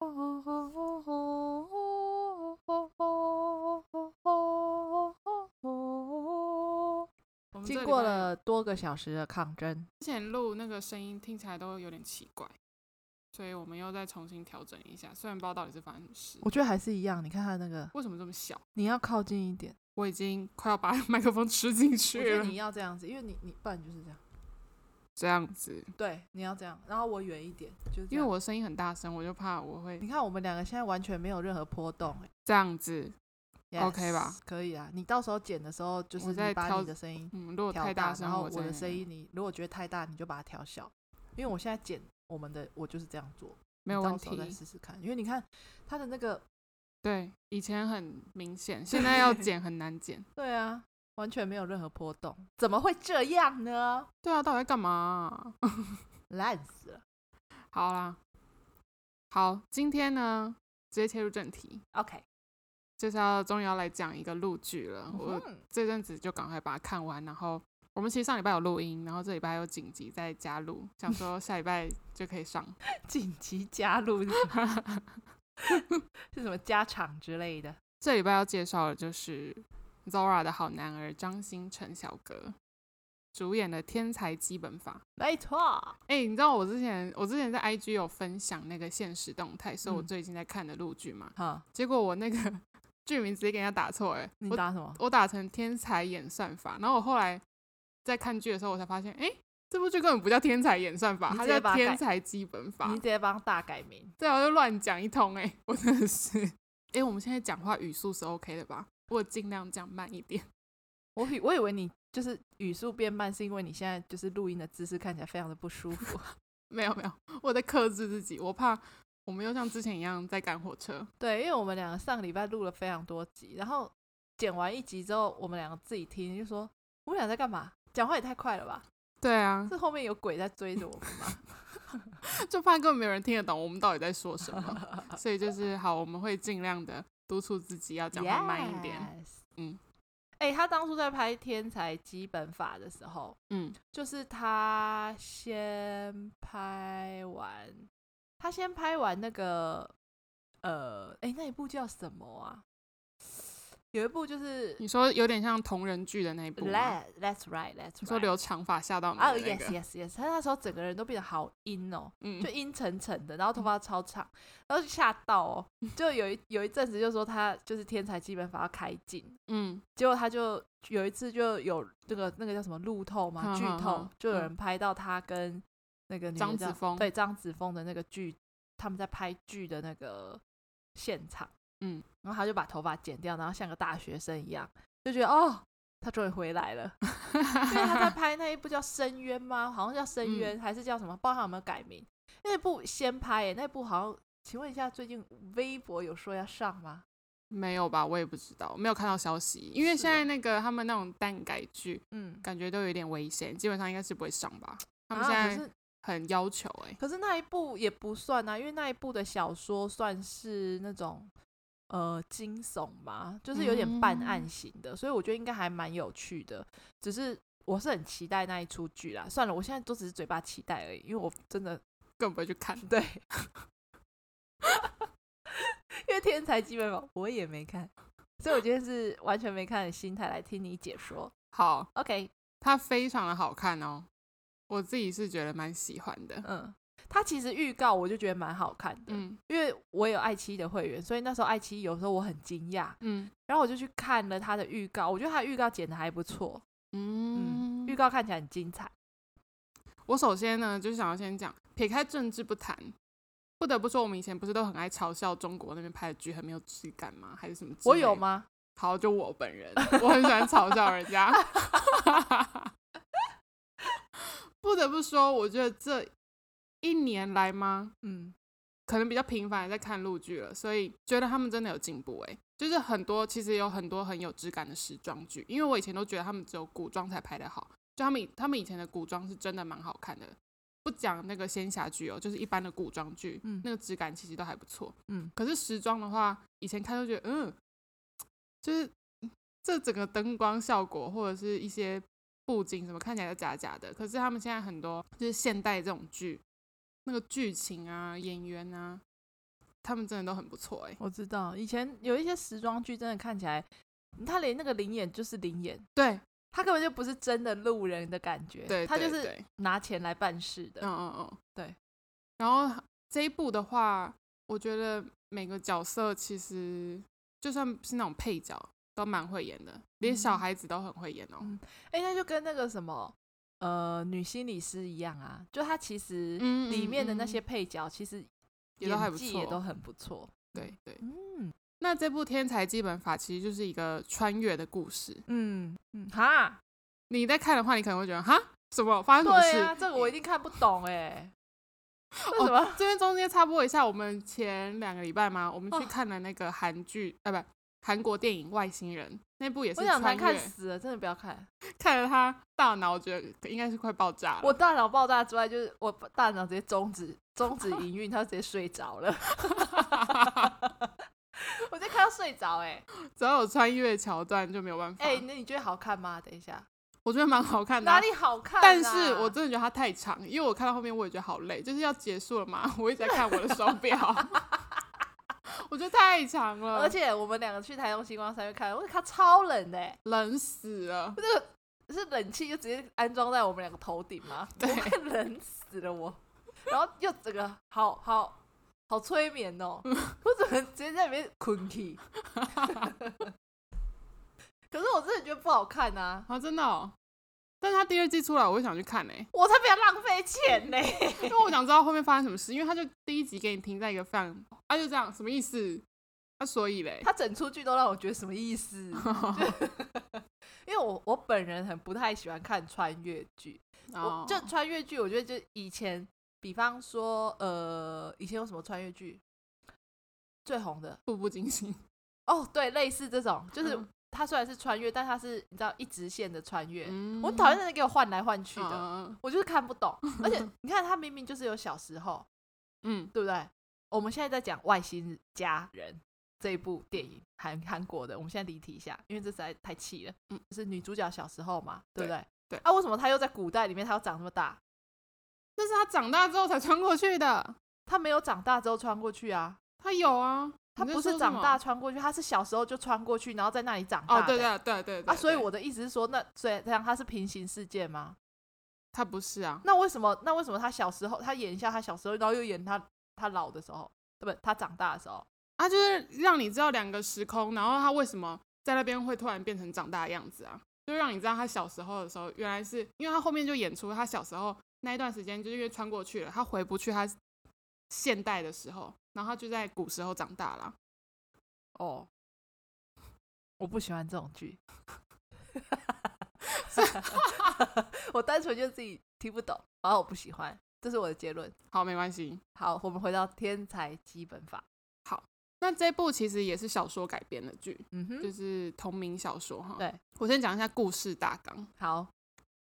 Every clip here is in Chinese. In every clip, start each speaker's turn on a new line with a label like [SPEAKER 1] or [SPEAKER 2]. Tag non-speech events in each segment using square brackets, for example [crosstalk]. [SPEAKER 1] [laughs]
[SPEAKER 2] 这个
[SPEAKER 1] 经
[SPEAKER 2] 礼
[SPEAKER 1] 过
[SPEAKER 2] 拜
[SPEAKER 1] 了多个小时的抗争，
[SPEAKER 2] 之前录那个声音听起来都有点奇怪，所以我们又再重新调整一下。虽然不知道到底是发生什么事，
[SPEAKER 1] 我觉得还是一样。你看他那个，
[SPEAKER 2] 为什么这么小？
[SPEAKER 1] 你要靠近一点，
[SPEAKER 2] 我已经快要把 [laughs] 麦克风吃进
[SPEAKER 1] 我
[SPEAKER 2] 去
[SPEAKER 1] 觉
[SPEAKER 2] 了
[SPEAKER 1] 得，你要这样子，因为你你不然你就是这样，
[SPEAKER 2] 这样子，
[SPEAKER 1] 对，你要这样，然后我远一点，就是这
[SPEAKER 2] 因为
[SPEAKER 1] 样
[SPEAKER 2] 我声音很大声，我就怕我会
[SPEAKER 1] 你看我们两个现在完全没有任何波动、
[SPEAKER 2] 这样子。
[SPEAKER 1] 哎
[SPEAKER 2] OK 吧？
[SPEAKER 1] Yes，可以啊。你到时候剪的时候，就
[SPEAKER 2] 我
[SPEAKER 1] 是你
[SPEAKER 2] 再
[SPEAKER 1] 把
[SPEAKER 2] 挑
[SPEAKER 1] 你的声音
[SPEAKER 2] 嗯，如果
[SPEAKER 1] 调
[SPEAKER 2] 太大声，
[SPEAKER 1] 然后我
[SPEAKER 2] 真
[SPEAKER 1] 的
[SPEAKER 2] 的
[SPEAKER 1] 声音你如果觉得太大，你就把它调小。因为我现在剪我们的，我就是这样做，
[SPEAKER 2] 没有
[SPEAKER 1] 你
[SPEAKER 2] 问
[SPEAKER 1] 到时候再
[SPEAKER 2] 题。
[SPEAKER 1] 试试看。因为你看他的那个，
[SPEAKER 2] 对，以前很明显，现在要
[SPEAKER 1] 对
[SPEAKER 2] 剪很难剪。
[SPEAKER 1] 对啊，完全没有任何波动，怎么会这样呢？
[SPEAKER 2] 对啊，到底在干嘛 [laughs] 啊、
[SPEAKER 1] 烂死了。
[SPEAKER 2] 好啦，好，今天呢，直接切入正题，
[SPEAKER 1] OK，
[SPEAKER 2] 就是要终于要来讲一个陆剧了。我
[SPEAKER 1] 嗯
[SPEAKER 2] 这阵子就赶快把它看完，然后我们其实上礼拜有录音，然后这礼拜又紧急在加录，想说下礼拜就可以上。
[SPEAKER 1] [laughs]
[SPEAKER 2] [laughs]
[SPEAKER 1] 紧急加入 [laughs] 是什么是什么加场之类的？
[SPEAKER 2] 这礼拜要介绍的就是 Zora 的好男儿张新成小哥主演的《天才基本法》。
[SPEAKER 1] 没错，
[SPEAKER 2] 哎、你知道我之前我之前在 IG 有分享那个现实动态，所以我
[SPEAKER 1] 嗯
[SPEAKER 2] 最近在看的陆剧嘛，
[SPEAKER 1] 哈，
[SPEAKER 2] 结果我那个 [laughs] 剧名直接给人家打错，哎，
[SPEAKER 1] 你
[SPEAKER 2] 我
[SPEAKER 1] 打什么？
[SPEAKER 2] 我打成天才演算法，然后我后来在看剧的时候，我才发现，哎、这部剧根本不叫天才演算法，
[SPEAKER 1] 你
[SPEAKER 2] 它
[SPEAKER 1] 直接
[SPEAKER 2] 叫
[SPEAKER 1] 把它
[SPEAKER 2] 天
[SPEAKER 1] 改
[SPEAKER 2] 才基本法
[SPEAKER 1] 你。直接帮他大改名。
[SPEAKER 2] 对啊，我就乱讲一通、哎，我真的是，哎、我们现在讲话语速是 OK 的吧？我尽量讲慢一点。 [laughs]
[SPEAKER 1] 我以我以为你就是语速变慢，是因为你现在就是录音的姿势看起来非常的不舒服。 [laughs]
[SPEAKER 2] 没有没有，我在克制自己，我怕我们又像之前一样在赶火车。
[SPEAKER 1] 对，因为我们两个上个礼拜录了非常多集，然后剪完一集之后，我们两个自己听就说，我们俩在干嘛？讲话也太快了吧？
[SPEAKER 2] 对啊， [laughs]
[SPEAKER 1] 是后面有鬼在追着我们吗？
[SPEAKER 2] 就怕根本没有人听得懂我们到底在说什
[SPEAKER 1] [laughs]
[SPEAKER 2] 么，所以就是好，我们会尽量的督促自己要 [laughs] 讲话慢一点。
[SPEAKER 1] Yes
[SPEAKER 2] 嗯，
[SPEAKER 1] 哎、他当初在拍《天才基本法》的时候，
[SPEAKER 2] 嗯，
[SPEAKER 1] 就是他先拍完，他先拍完那个，呃，哎、那一部叫什么啊？有一部就是
[SPEAKER 2] 你说有点像同人剧的那一部吗
[SPEAKER 1] Let That's Right That's Right，
[SPEAKER 2] 你说留长发吓到你的
[SPEAKER 1] 啊、
[SPEAKER 2] 那
[SPEAKER 1] y e
[SPEAKER 2] 个
[SPEAKER 1] s Yes Yes，他那时候整个人都变得好阴哦，
[SPEAKER 2] 嗯
[SPEAKER 1] 就，阴沉沉的，然后头发超长，然后就吓到哦，就有一有一阵子就说他就是天才基本法要开镜，
[SPEAKER 2] 嗯，
[SPEAKER 1] 结果他就有一次就有这个那个叫什么路透嘛，
[SPEAKER 2] 哼
[SPEAKER 1] 剧
[SPEAKER 2] 哼
[SPEAKER 1] 透
[SPEAKER 2] 哼，
[SPEAKER 1] 就有
[SPEAKER 2] 嗯
[SPEAKER 1] 人拍到他跟那个女的
[SPEAKER 2] 张
[SPEAKER 1] 叫
[SPEAKER 2] 子枫
[SPEAKER 1] 对张子枫的那个剧，他们在拍剧的那个现场，
[SPEAKER 2] 嗯，
[SPEAKER 1] 然后他就把头发剪掉，然后像个大学生一样，就觉得哦，他终于回来了， [laughs] 因为他在
[SPEAKER 2] [laughs]
[SPEAKER 1] 拍那一部叫《深渊》吗？好像叫《
[SPEAKER 2] 嗯
[SPEAKER 1] 深渊》还是叫什么？不知道他有没有改名。那部先拍、欸，那部好像，请问一下，最近微博有说要上吗？
[SPEAKER 2] 没有吧？我也不知道，没有看到消息，因为
[SPEAKER 1] 是
[SPEAKER 2] 现
[SPEAKER 1] 哦
[SPEAKER 2] 在那个他们那种蛋改剧，
[SPEAKER 1] 嗯，
[SPEAKER 2] 感觉都有点危险，基本上应该是不会上吧？他们
[SPEAKER 1] 啊
[SPEAKER 2] 现
[SPEAKER 1] 可是
[SPEAKER 2] 在很要求、哎，
[SPEAKER 1] 可是那一部也不算啊，因为那一部的小说算是那种呃惊悚嘛，就是有点办案
[SPEAKER 2] 嗯
[SPEAKER 1] 型的，所以我觉得应该还蛮有趣的。只是我是很期待那一出剧啦。算了，我现在都只是嘴巴期待而已，因为我真的 [laughs]
[SPEAKER 2] 更不会去看。
[SPEAKER 1] 对， [laughs] 因为《天才基本法》我也没看，所以我今天是完全没看的心态来听你解说。
[SPEAKER 2] 好，
[SPEAKER 1] OK，
[SPEAKER 2] 它非常的好看哦，我自己是觉得蛮喜欢的。
[SPEAKER 1] 嗯，它其实预告我就觉得蛮好看的，
[SPEAKER 2] 嗯
[SPEAKER 1] 因为我有爱奇艺的会员，所以那时候爱奇艺有时候我很惊讶，
[SPEAKER 2] 嗯
[SPEAKER 1] 然后我就去看了它的预告，我觉得它的预告剪的还不错，
[SPEAKER 2] 嗯，
[SPEAKER 1] 预告看起来很精彩。
[SPEAKER 2] 我首先呢，就是想要先讲，撇开政治不谈，不得不说，我们以前不是都很爱嘲笑中国那边拍的剧很没有质感吗？还是什么？
[SPEAKER 1] 我有？吗？
[SPEAKER 2] 好，就我本人，我很喜欢嘲笑人家。 [laughs] 不得不说，我觉得这一年来吗，
[SPEAKER 1] 嗯，
[SPEAKER 2] 可能比较频繁地在看陆剧了，所以觉得他们真的有进步诶、就是很多其实有很多很有质感的时装剧，因为我以前都觉得他们只有古装才拍得好，就他们以他们以前的古装是真的蛮好看的，不讲那个仙侠剧哦，就是一般的古装剧，
[SPEAKER 1] 嗯
[SPEAKER 2] 那个质感其实都还不错，
[SPEAKER 1] 嗯，
[SPEAKER 2] 可是时装的话，以前看就觉得嗯，就是这整个灯光效果或者是一些布景什么看起来都假假的，可是他们现在很多就是现代这种剧，那个剧情啊、演员啊，他们真的都很不错哎、
[SPEAKER 1] 我知道以前有一些时装剧真的看起来，他连那个灵眼就是灵眼，
[SPEAKER 2] 对，
[SPEAKER 1] 他根本就不是真的路人的感觉，
[SPEAKER 2] 对，
[SPEAKER 1] 他就
[SPEAKER 2] 对
[SPEAKER 1] 是
[SPEAKER 2] 对
[SPEAKER 1] 拿钱来办事的。
[SPEAKER 2] 嗯嗯嗯，
[SPEAKER 1] 对。
[SPEAKER 2] 然后这一部的话，我觉得每个角色其实就算是那种配角，都蛮会演的，连小
[SPEAKER 1] 嗯
[SPEAKER 2] 孩子都很会演哦。
[SPEAKER 1] 嗯哎、那就跟那个什么呃女心理师一样啊，就他其实
[SPEAKER 2] 嗯
[SPEAKER 1] 里面的那
[SPEAKER 2] 嗯
[SPEAKER 1] 些配角其实
[SPEAKER 2] 也都还
[SPEAKER 1] 演
[SPEAKER 2] 不
[SPEAKER 1] 技
[SPEAKER 2] 错哦
[SPEAKER 1] 也都很不错。
[SPEAKER 2] 对对。
[SPEAKER 1] 嗯
[SPEAKER 2] 那这部《天才基本法》其实就是一个穿越的故事。
[SPEAKER 1] 嗯嗯，哈，
[SPEAKER 2] 你在看的话，你可能会觉得哈，什么发生什么
[SPEAKER 1] 对
[SPEAKER 2] 事？
[SPEAKER 1] 啊，这个我一定看不懂哎、为
[SPEAKER 2] 哦
[SPEAKER 1] 什么？
[SPEAKER 2] 这边中间插播一下，我们前两个礼拜嘛，我们去
[SPEAKER 1] 哦
[SPEAKER 2] 看了那个韩剧，呃，不，韩国电影《外星人》那部也是
[SPEAKER 1] 我想
[SPEAKER 2] 穿
[SPEAKER 1] 难看
[SPEAKER 2] 越，
[SPEAKER 1] 死了，真的不要看。
[SPEAKER 2] 看了他大脑，我觉得应该是快爆炸了。
[SPEAKER 1] 我大脑爆炸之外，就是我大脑直接终止终止营运，他直接睡着了。 [laughs] 我直接看到睡着哎
[SPEAKER 2] 只要有穿越桥段就没有办法。
[SPEAKER 1] 哎，欸那你觉得好看吗？等一下，
[SPEAKER 2] 我觉得蛮好看的啊、
[SPEAKER 1] 哪里好看啊？
[SPEAKER 2] 但是我真的觉得它太长，因为我看到后面我也觉得好累，就是要结束了嘛， [laughs] 我一直在看我的手表， [laughs] 我觉得太长了，
[SPEAKER 1] [laughs] 而且我们两个去台东星光三月看，我它超冷的欸，
[SPEAKER 2] 冷死了。 [laughs]
[SPEAKER 1] 是冷气就直接安装在我们两个头顶吗？
[SPEAKER 2] [laughs] 对
[SPEAKER 1] 我快冷死了我。然后又整个好好好催眠哦，
[SPEAKER 2] 嗯
[SPEAKER 1] 我怎么直接在里面困起？
[SPEAKER 2] 啊
[SPEAKER 1] 可是我真的觉得不好看啊，
[SPEAKER 2] 啊，真的、哦。但是他第二季出来，我会想去看呢、欸
[SPEAKER 1] 我才不要浪费
[SPEAKER 2] [laughs]
[SPEAKER 1] 钱呢、
[SPEAKER 2] 因为我想知道后面发生什么事。因为他就第一集给你听在一个非常，啊就这样，什么意思？啊所以嘞，
[SPEAKER 1] 他整出剧都让我觉得什么意思？因为我我本人很不太喜欢看穿越剧， [laughs] 我
[SPEAKER 2] 哦
[SPEAKER 1] 就穿越剧，我觉得就以前，比方说，呃，以前有什么穿越剧最红的？
[SPEAKER 2] 步步惊心，
[SPEAKER 1] 哦，对，类似这种，就是
[SPEAKER 2] 嗯
[SPEAKER 1] 它虽然是穿越，但它是你知道一直线的穿越，
[SPEAKER 2] 嗯
[SPEAKER 1] 我很讨厌那种给我换来换去
[SPEAKER 2] 嗯
[SPEAKER 1] 的，
[SPEAKER 2] 嗯
[SPEAKER 1] 我就是看不
[SPEAKER 2] [laughs]
[SPEAKER 1] 懂。而且你看，他明明就是有小时候，
[SPEAKER 2] 嗯，
[SPEAKER 1] 对不对？我们现在在讲《外星家人》这一部电影，韩韩国的。我们现在离题一下，因为这实在太气了。
[SPEAKER 2] 嗯
[SPEAKER 1] 就是女主角小时候嘛，对不对？
[SPEAKER 2] 对
[SPEAKER 1] 啊，为什么她又在古代里面，她要长这么大？
[SPEAKER 2] 这是他长大之后才穿过去的。
[SPEAKER 1] 她没有长大之后穿过去啊，
[SPEAKER 2] 他有啊，
[SPEAKER 1] 她
[SPEAKER 2] 你在
[SPEAKER 1] 不
[SPEAKER 2] 说
[SPEAKER 1] 是
[SPEAKER 2] 什
[SPEAKER 1] 长
[SPEAKER 2] 么
[SPEAKER 1] 大穿过去，她是小时候就穿过去，然后在那里长大
[SPEAKER 2] 哦
[SPEAKER 1] 的。，
[SPEAKER 2] 对对对对对
[SPEAKER 1] 啊，所以
[SPEAKER 2] 对
[SPEAKER 1] 我的意思是说，那所以这样她是平行世界吗？
[SPEAKER 2] 他不是啊，
[SPEAKER 1] 那为什么？那为什么她小时候，她演一下她小时候，然后又演她她老的时候，对不对？她长大的时候，
[SPEAKER 2] 他啊就是让你知道两个时空，然后他为什么在那边会突然变成长大的样子啊？就让你知道他小时候的时候，原来是因为他后面就演出他小时候那一段时间，就是因为穿过去了，他回不去他现代的时候，然后他就在古时候长大了。
[SPEAKER 1] 哦，我不喜欢这种剧， [laughs] 我单纯就自己听不懂，然后我不喜欢，这是我的结论。
[SPEAKER 2] 好，没关系。
[SPEAKER 1] 好，我们回到《天才基本法》。
[SPEAKER 2] 那这部其实也是小说改编的剧，
[SPEAKER 1] 嗯
[SPEAKER 2] 就
[SPEAKER 1] 哼，
[SPEAKER 2] 是同名小说哈。
[SPEAKER 1] 对，
[SPEAKER 2] 我先讲一下故事大纲。
[SPEAKER 1] 好，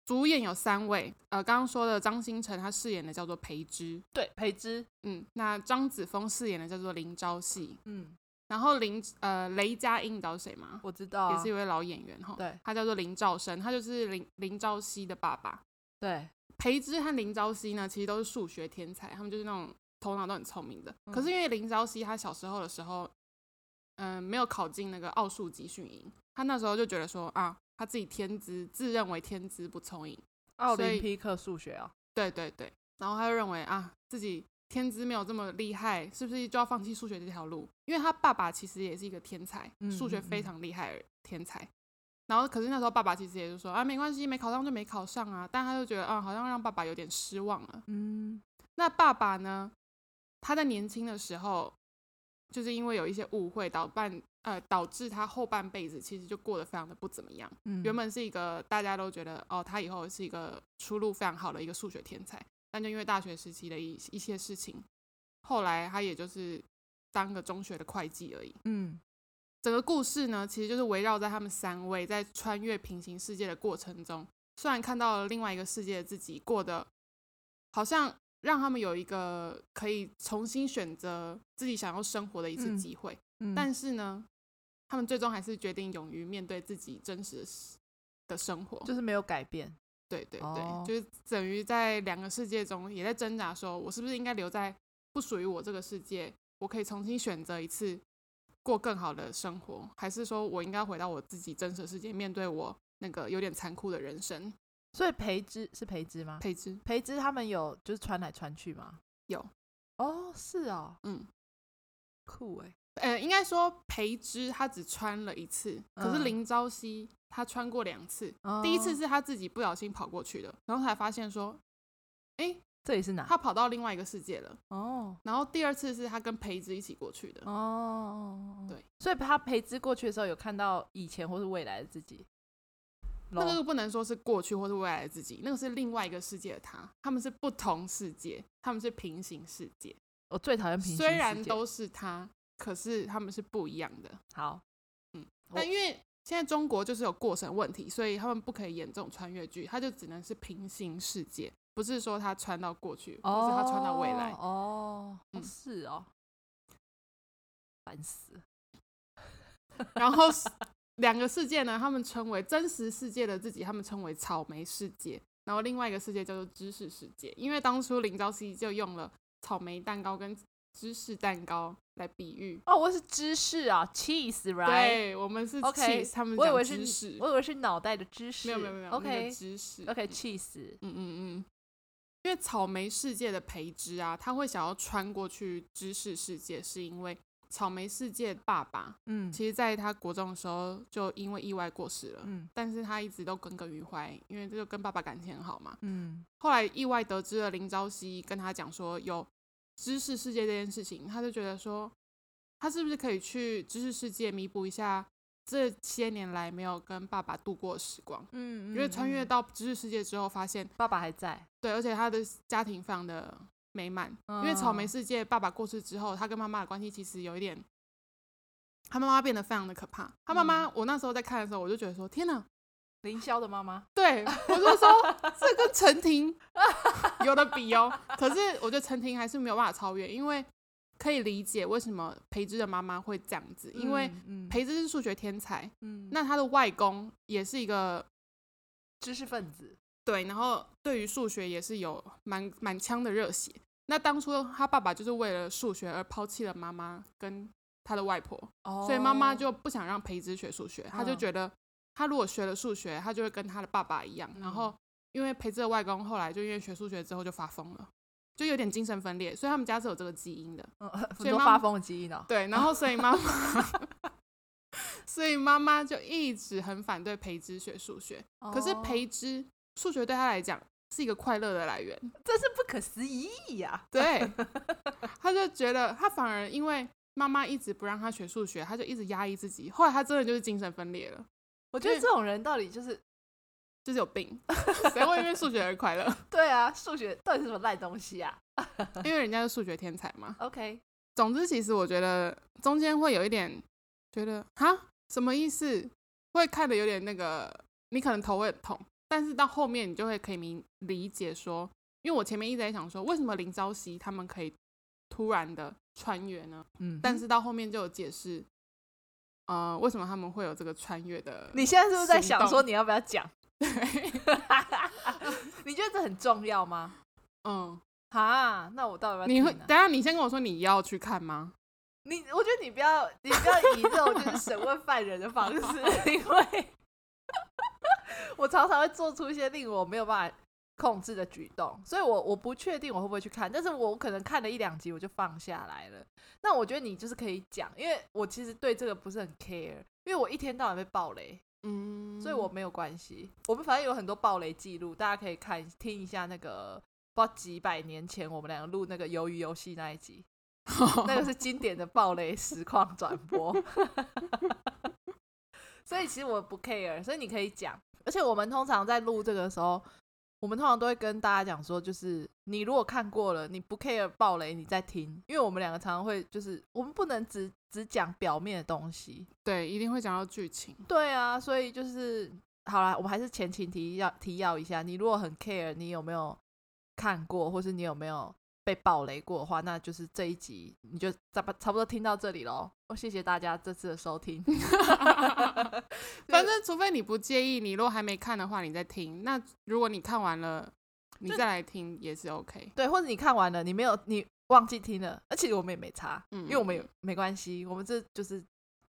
[SPEAKER 2] 主演有三位，呃，刚刚说的张新成他饰演的叫做裴之，
[SPEAKER 1] 对，培之，
[SPEAKER 2] 嗯，那张子枫饰演的叫做林朝夕，
[SPEAKER 1] 嗯，
[SPEAKER 2] 然后林呃雷佳音你知道谁吗？
[SPEAKER 1] 我知道、
[SPEAKER 2] 也
[SPEAKER 1] 啊
[SPEAKER 2] 是一，位老演员哈，
[SPEAKER 1] 对
[SPEAKER 2] 他叫做林兆生，他就是林林朝夕的爸爸。
[SPEAKER 1] 对，
[SPEAKER 2] 裴之和林朝夕呢，其实都是数学天才，他们就是那种头脑都很聪明的。
[SPEAKER 1] 嗯
[SPEAKER 2] 可是因为林朝夕他小时候的时候，嗯、没有考进那个奥数集训营，他那时候就觉得说啊，他自己天资自认为天资不聪颖，
[SPEAKER 1] 奥
[SPEAKER 2] 所以
[SPEAKER 1] 林匹克数学哦，
[SPEAKER 2] 对对对，然后他就认为啊，自己天资没有这么厉害，是不是就要放弃数学这条路？因为他爸爸其实也是一个天才，
[SPEAKER 1] 嗯
[SPEAKER 2] 数学
[SPEAKER 1] 嗯
[SPEAKER 2] 非
[SPEAKER 1] 嗯
[SPEAKER 2] 常厉害的天才。然后，可是那时候爸爸其实也就说啊，没关系，没考上就没考上啊。但他就觉得啊，好像让爸爸有点失望了。
[SPEAKER 1] 嗯
[SPEAKER 2] 那爸爸呢，他在年轻的时候，就是因为有一些误会，导半呃导致他后半辈子其实就过得非常的不怎么样。
[SPEAKER 1] 嗯
[SPEAKER 2] 原本是一个大家都觉得哦，他以后是一个出路非常好的一个数学天才，但就因为大学时期的一一些事情，后来他也就是当个中学的会计而已。
[SPEAKER 1] 嗯
[SPEAKER 2] 整个故事呢，其实就是围绕在他们三位在穿越平行世界的过程中，虽然看到了另外一个世界的自己过得好像让他们有一个可以重新选择自己想要生活的一次
[SPEAKER 1] 嗯
[SPEAKER 2] 机会，
[SPEAKER 1] 嗯，
[SPEAKER 2] 但是呢，他们最终还是决定勇于面对自己真实的世的生活。
[SPEAKER 1] 就是没有改变，
[SPEAKER 2] 对对对，
[SPEAKER 1] 哦
[SPEAKER 2] 就是等于在两个世界中也在挣扎，说我是不是应该留在不属于我这个世界？我可以重新选择一次过更好的生活，还是说我应该回到我自己真实的世界，面对我那个有点残酷的人生。
[SPEAKER 1] 所以培之是培之吗？
[SPEAKER 2] 配置
[SPEAKER 1] 培之他们有就是穿来穿去吗？
[SPEAKER 2] 有，
[SPEAKER 1] 哦，是哦，
[SPEAKER 2] 嗯，
[SPEAKER 1] 酷哎、
[SPEAKER 2] 呃，应该说培之他只穿了一次，可是
[SPEAKER 1] 嗯
[SPEAKER 2] 林朝夕他穿过两次。
[SPEAKER 1] 哦
[SPEAKER 2] 第一次是他自己不小心跑过去的，然后才发现说，哎、
[SPEAKER 1] 这里是哪？
[SPEAKER 2] 他跑到另外一个世界了。
[SPEAKER 1] 哦
[SPEAKER 2] 然后第二次是他跟培之一起过去的，
[SPEAKER 1] 哦哦，
[SPEAKER 2] 对，
[SPEAKER 1] 所以他培之过去的时候有看到以前或是未来的自己。
[SPEAKER 2] 那
[SPEAKER 1] 咯
[SPEAKER 2] 个不能说是过去或是未来的自己，那个是另外一个世界的他，他们是不同世界，他们是平行世界。
[SPEAKER 1] 我最讨厌平行
[SPEAKER 2] 虽
[SPEAKER 1] 世
[SPEAKER 2] 然
[SPEAKER 1] 界
[SPEAKER 2] 都是他，可是他们是不一样的。
[SPEAKER 1] 好，我
[SPEAKER 2] 但因为现在中国就是有过审问题，所以他们不可以演这种穿越剧，他就只能是平行世界，不是说他穿到过去，或是他穿到未来。
[SPEAKER 1] 哦，哦
[SPEAKER 2] 嗯
[SPEAKER 1] 是哦，烦死了。
[SPEAKER 2] 然后两个世界呢，他们称为真实世界的自己，他们称为草莓世界。然后另外一个世界叫做知识世界，因为当初林朝夕就用了草莓蛋糕跟芝士蛋糕来比喻。
[SPEAKER 1] 哦，我是芝士啊，cheese right？
[SPEAKER 2] 对，我们是
[SPEAKER 1] OK，
[SPEAKER 2] cheese，他们
[SPEAKER 1] 我以
[SPEAKER 2] 讲
[SPEAKER 1] 为是
[SPEAKER 2] 芝士，
[SPEAKER 1] 我以为是脑袋的芝士，
[SPEAKER 2] 没有没有没有那个
[SPEAKER 1] OK
[SPEAKER 2] 芝士
[SPEAKER 1] OK cheese，
[SPEAKER 2] 嗯嗯嗯，因为草莓世界的培植啊，他会想要穿过去知识世界，是因为草莓世界爸爸
[SPEAKER 1] 嗯
[SPEAKER 2] 其实在他国中的时候就因为意外过世了，
[SPEAKER 1] 嗯
[SPEAKER 2] 但是他一直都耿耿于怀，因为这就跟爸爸感情很好嘛。
[SPEAKER 1] 嗯，
[SPEAKER 2] 后来意外得知了林朝夕跟他讲说有知识世界这件事情，他就觉得说他是不是可以去知识世界弥补一下这些年来没有跟爸爸度过的时光。
[SPEAKER 1] 嗯，
[SPEAKER 2] 因为穿越
[SPEAKER 1] 嗯
[SPEAKER 2] 到知识世界之后，发现
[SPEAKER 1] 爸爸还在，
[SPEAKER 2] 对，而且他的家庭非常的美满，
[SPEAKER 1] 嗯
[SPEAKER 2] 因为草莓世界爸爸过世之后，他跟妈妈的关系其实有一点，他妈妈变得非常的可怕。他妈
[SPEAKER 1] 嗯
[SPEAKER 2] 妈，我那时候在看的时候，我就觉得说，天哪，
[SPEAKER 1] 凌霄的妈妈，
[SPEAKER 2] 对我就说
[SPEAKER 1] [laughs]
[SPEAKER 2] 这跟陈婷 [laughs] 有的比哦。可是我觉得陈婷还是没有办法超越，因为可以理解为什么培之的妈妈会这样子，因为
[SPEAKER 1] 嗯嗯
[SPEAKER 2] 培之是数学天才，
[SPEAKER 1] 嗯
[SPEAKER 2] 那他的外公也是一个
[SPEAKER 1] 知识分子，
[SPEAKER 2] 对，然后对于数学也是有蛮蛮强的热血。那当初他爸爸就是为了数学而抛弃了妈妈跟他的外婆，
[SPEAKER 1] 哦
[SPEAKER 2] 所以妈妈就不想让培植学数学，他就
[SPEAKER 1] 嗯
[SPEAKER 2] 觉得他如果学了数学，他就会跟他的爸爸一样。然后因为培植的外公后来就因为学数学之后就发疯了，就有点精神分裂，所以他们家是有这个基因的。
[SPEAKER 1] 嗯很
[SPEAKER 2] 所以
[SPEAKER 1] 多
[SPEAKER 2] 妈
[SPEAKER 1] 发
[SPEAKER 2] 妈
[SPEAKER 1] 疯的基因哦，
[SPEAKER 2] [laughs] 对，然后所以妈妈， [laughs] 所以妈妈就一直很反对培植学数学。可是
[SPEAKER 1] 哦
[SPEAKER 2] 培植数学对他来讲是一个快乐的来源， [laughs]
[SPEAKER 1] 真是不可思议呀，
[SPEAKER 2] 对，他就觉得他反而因为妈妈一直不让他学数学，他就一直压抑自己，后来他真的就是精神分裂了，
[SPEAKER 1] 我觉得
[SPEAKER 2] 因为
[SPEAKER 1] 这种人到底就是
[SPEAKER 2] 就是有病，谁会因为数学而快乐？ [laughs]
[SPEAKER 1] 对啊，数学到底是什么烂东西啊
[SPEAKER 2] 因为人家是数学天才嘛。
[SPEAKER 1] ？OK，
[SPEAKER 2] 总之，其实我觉得中间会有一点觉得哈什么意思，会看的有点那个，你可能头会很痛，但是到后面你就会可以明理解说，因为我前面一直在想说，为什么林朝夕他们可以突然的穿越呢？
[SPEAKER 1] 嗯
[SPEAKER 2] 但
[SPEAKER 1] 哼
[SPEAKER 2] 是到后面就有解释，呃，为什么他们会有这个穿越的？
[SPEAKER 1] 你现在是不是在
[SPEAKER 2] 行
[SPEAKER 1] 想
[SPEAKER 2] 动
[SPEAKER 1] 说你要不要讲？ [laughs] 你觉得这很重要吗？
[SPEAKER 2] 嗯，
[SPEAKER 1] 哈，那我到底要不
[SPEAKER 2] 你
[SPEAKER 1] 要
[SPEAKER 2] 会
[SPEAKER 1] 听呢啊
[SPEAKER 2] 等一下你先跟我说你要去看吗？
[SPEAKER 1] 你，我觉得你不要，你不要以这种就是审问犯人的方式，因为我常常会做出一些令我没有办法控制的举动，所以我我不确定我会不会去看，但是我可能看了一两集我就放下来了。那我觉得你就是可以讲，因为我其实对这个不是很 care，因为我一天到晚被暴雷，
[SPEAKER 2] 嗯
[SPEAKER 1] 所以
[SPEAKER 2] [laughs]
[SPEAKER 1] 我没有关系。我们反正有很多暴雷记录，大家可以看听一下那个。不知道几百年前我们两个录那个鱿鱼游戏那一集，那个是经典的暴雷实况转播。所以其实我不 care，所以你可以讲。而且我们通常在录这个的时候，我们通常都会跟大家讲说，就是你如果看过了，你不 care 暴雷，你再听，因为我们两个常常会就是我们不能只只讲表面的东西。
[SPEAKER 2] 对一定会讲到剧
[SPEAKER 1] [laughs]
[SPEAKER 2] 情。
[SPEAKER 1] 对啊，所以就是好啦，我们还是前情提要提要一下，你如果很 care 你有没有看过，或是你有没有被暴雷过的话，那就是这一集你就差不差不多听到这里喽。哦，谢谢大家这次的收
[SPEAKER 2] [laughs]
[SPEAKER 1] 听。
[SPEAKER 2] 反正除非你不介意，你如果还没看的话，你再听。那如果你看完了，你再来听也是 OK。
[SPEAKER 1] 对，或者你看完了，你没有你忘记听了，而且我们也没差，
[SPEAKER 2] 嗯
[SPEAKER 1] 因为我们也
[SPEAKER 2] 嗯
[SPEAKER 1] 没关系，我们这就是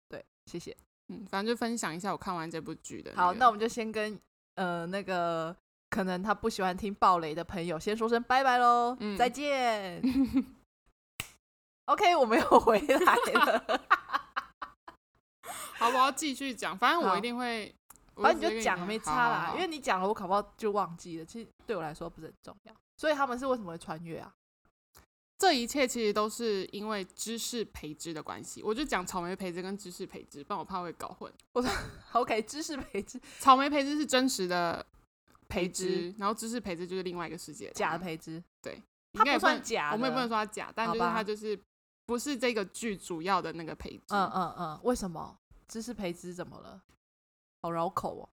[SPEAKER 1] 对，谢谢。
[SPEAKER 2] 嗯，反正就分享一下我看完这部剧的、
[SPEAKER 1] 好，那我们
[SPEAKER 2] 们
[SPEAKER 1] 就先跟呃那个可能他不喜欢听暴雷的朋友先说声拜拜喽，
[SPEAKER 2] 嗯
[SPEAKER 1] 再见。OK，我们又回来了，
[SPEAKER 2] [laughs] 好，我要继续讲，反正我
[SPEAKER 1] 好
[SPEAKER 2] 一定会，我
[SPEAKER 1] 反正
[SPEAKER 2] 直接
[SPEAKER 1] 你
[SPEAKER 2] 跟
[SPEAKER 1] 就讲没
[SPEAKER 2] 好
[SPEAKER 1] 差
[SPEAKER 2] 好
[SPEAKER 1] 啦，
[SPEAKER 2] 好啊
[SPEAKER 1] 因为你讲了，我搞不好就忘记了。其实对我来说不是很重要，所以他们是为什么会穿越啊？ [laughs]
[SPEAKER 2] 这一切其实都是因为知识培植的关系。我就讲草莓培植跟知识培植，不然我怕会搞混。
[SPEAKER 1] OK，知识培植，
[SPEAKER 2] 草莓培植是真实的培
[SPEAKER 1] 培植
[SPEAKER 2] 植，然后知识培植就是另外一个世界的
[SPEAKER 1] 假的，培植，
[SPEAKER 2] 应该
[SPEAKER 1] 它
[SPEAKER 2] 也
[SPEAKER 1] 不
[SPEAKER 2] 不
[SPEAKER 1] 算
[SPEAKER 2] 能
[SPEAKER 1] 假的
[SPEAKER 2] 我们也不能说它假，但
[SPEAKER 1] 好
[SPEAKER 2] 就是它
[SPEAKER 1] 吧
[SPEAKER 2] 就是不是这个剧主要的那个培植。
[SPEAKER 1] 嗯嗯嗯，为什么知识培植怎么了？好绕口哦。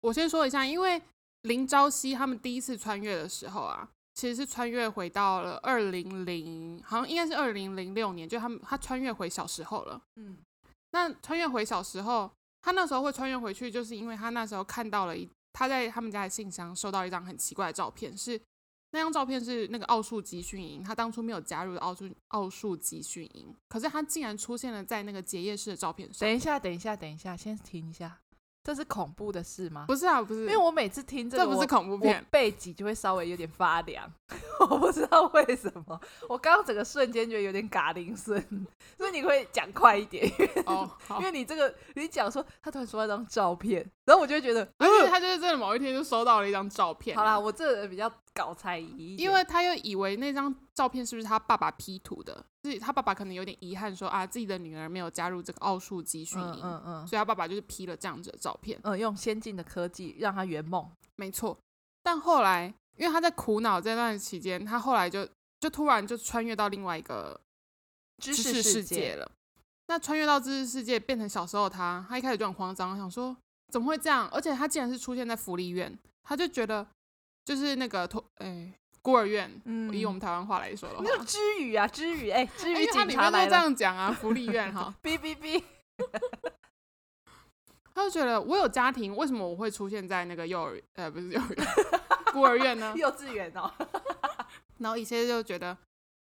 [SPEAKER 2] 我先说一下，因为林朝夕他们第一次穿越的时候啊，其实是穿越回到了二零零，好像应该是二零零六年，就他们他穿越回小时候了。
[SPEAKER 1] 嗯
[SPEAKER 2] 那穿越回小时候，他那时候会穿越回去，就是因为他那时候看到了一他在他们家的信箱收到一张很奇怪的照片，是那张照片是那个奥数集训营，他当初没有加入的奥数奥数集训营，可是他竟然出现了在那个结业式的照片上。
[SPEAKER 1] 等一下，等一下，等一下，先停一下，这是恐怖的事吗？
[SPEAKER 2] 不是啊，不是，
[SPEAKER 1] 因为我每次听这个，
[SPEAKER 2] 这不是
[SPEAKER 1] 我
[SPEAKER 2] 恐怖
[SPEAKER 1] [laughs]
[SPEAKER 2] 片
[SPEAKER 1] 我，背脊就会稍微有点发凉， [laughs] 我不知道为什么。我刚刚整个瞬间觉得有点嘎铃声， [laughs] 所以你会讲快一点，因为
[SPEAKER 2] 哦，好
[SPEAKER 1] 因为你这个你讲说他突然说到一张照片，然后我就会觉得，
[SPEAKER 2] [laughs] 而且他就是真的某一天就收到了一张照片，
[SPEAKER 1] 好啦，，我这个人比较搞猜疑一点，嗯
[SPEAKER 2] 因为他又以为那张照片是不是他爸爸 P 图的，自己他爸爸可能有点遗憾说啊自己的女儿没有加入这个奥数集训
[SPEAKER 1] 嗯
[SPEAKER 2] 营，
[SPEAKER 1] 嗯嗯
[SPEAKER 2] 所以他爸爸就是 P 了这样子的照片，
[SPEAKER 1] 嗯，用先进的科技让他圆梦，
[SPEAKER 2] 没错。但后来因为他在苦恼这段期间，他后来就就突然就穿越到另外一个
[SPEAKER 1] 知
[SPEAKER 2] 知
[SPEAKER 1] 识
[SPEAKER 2] 识世界了。那穿越到知识世界，变成小时候的他，他一开始就很慌张，想说怎么会这样？而且他竟然是出现在福利院，他就觉得就是那个托诶、孤儿院，
[SPEAKER 1] 嗯
[SPEAKER 2] 以我们台湾话来说的话
[SPEAKER 1] 那，个知语啊，知语，哎、知
[SPEAKER 2] 哎
[SPEAKER 1] 语
[SPEAKER 2] 因为它
[SPEAKER 1] 警
[SPEAKER 2] 里
[SPEAKER 1] 察
[SPEAKER 2] 面都
[SPEAKER 1] 来
[SPEAKER 2] 这
[SPEAKER 1] 了，
[SPEAKER 2] 样讲啊，福利
[SPEAKER 1] [laughs]
[SPEAKER 2] 院哈，
[SPEAKER 1] 哔哔
[SPEAKER 2] [laughs]
[SPEAKER 1] 哔，
[SPEAKER 2] 他就觉得我有家庭，为什么我会出现在那个幼儿园呃不是幼儿园孤儿院呢？
[SPEAKER 1] [laughs] 幼稚园哦，
[SPEAKER 2] 然后一切就觉得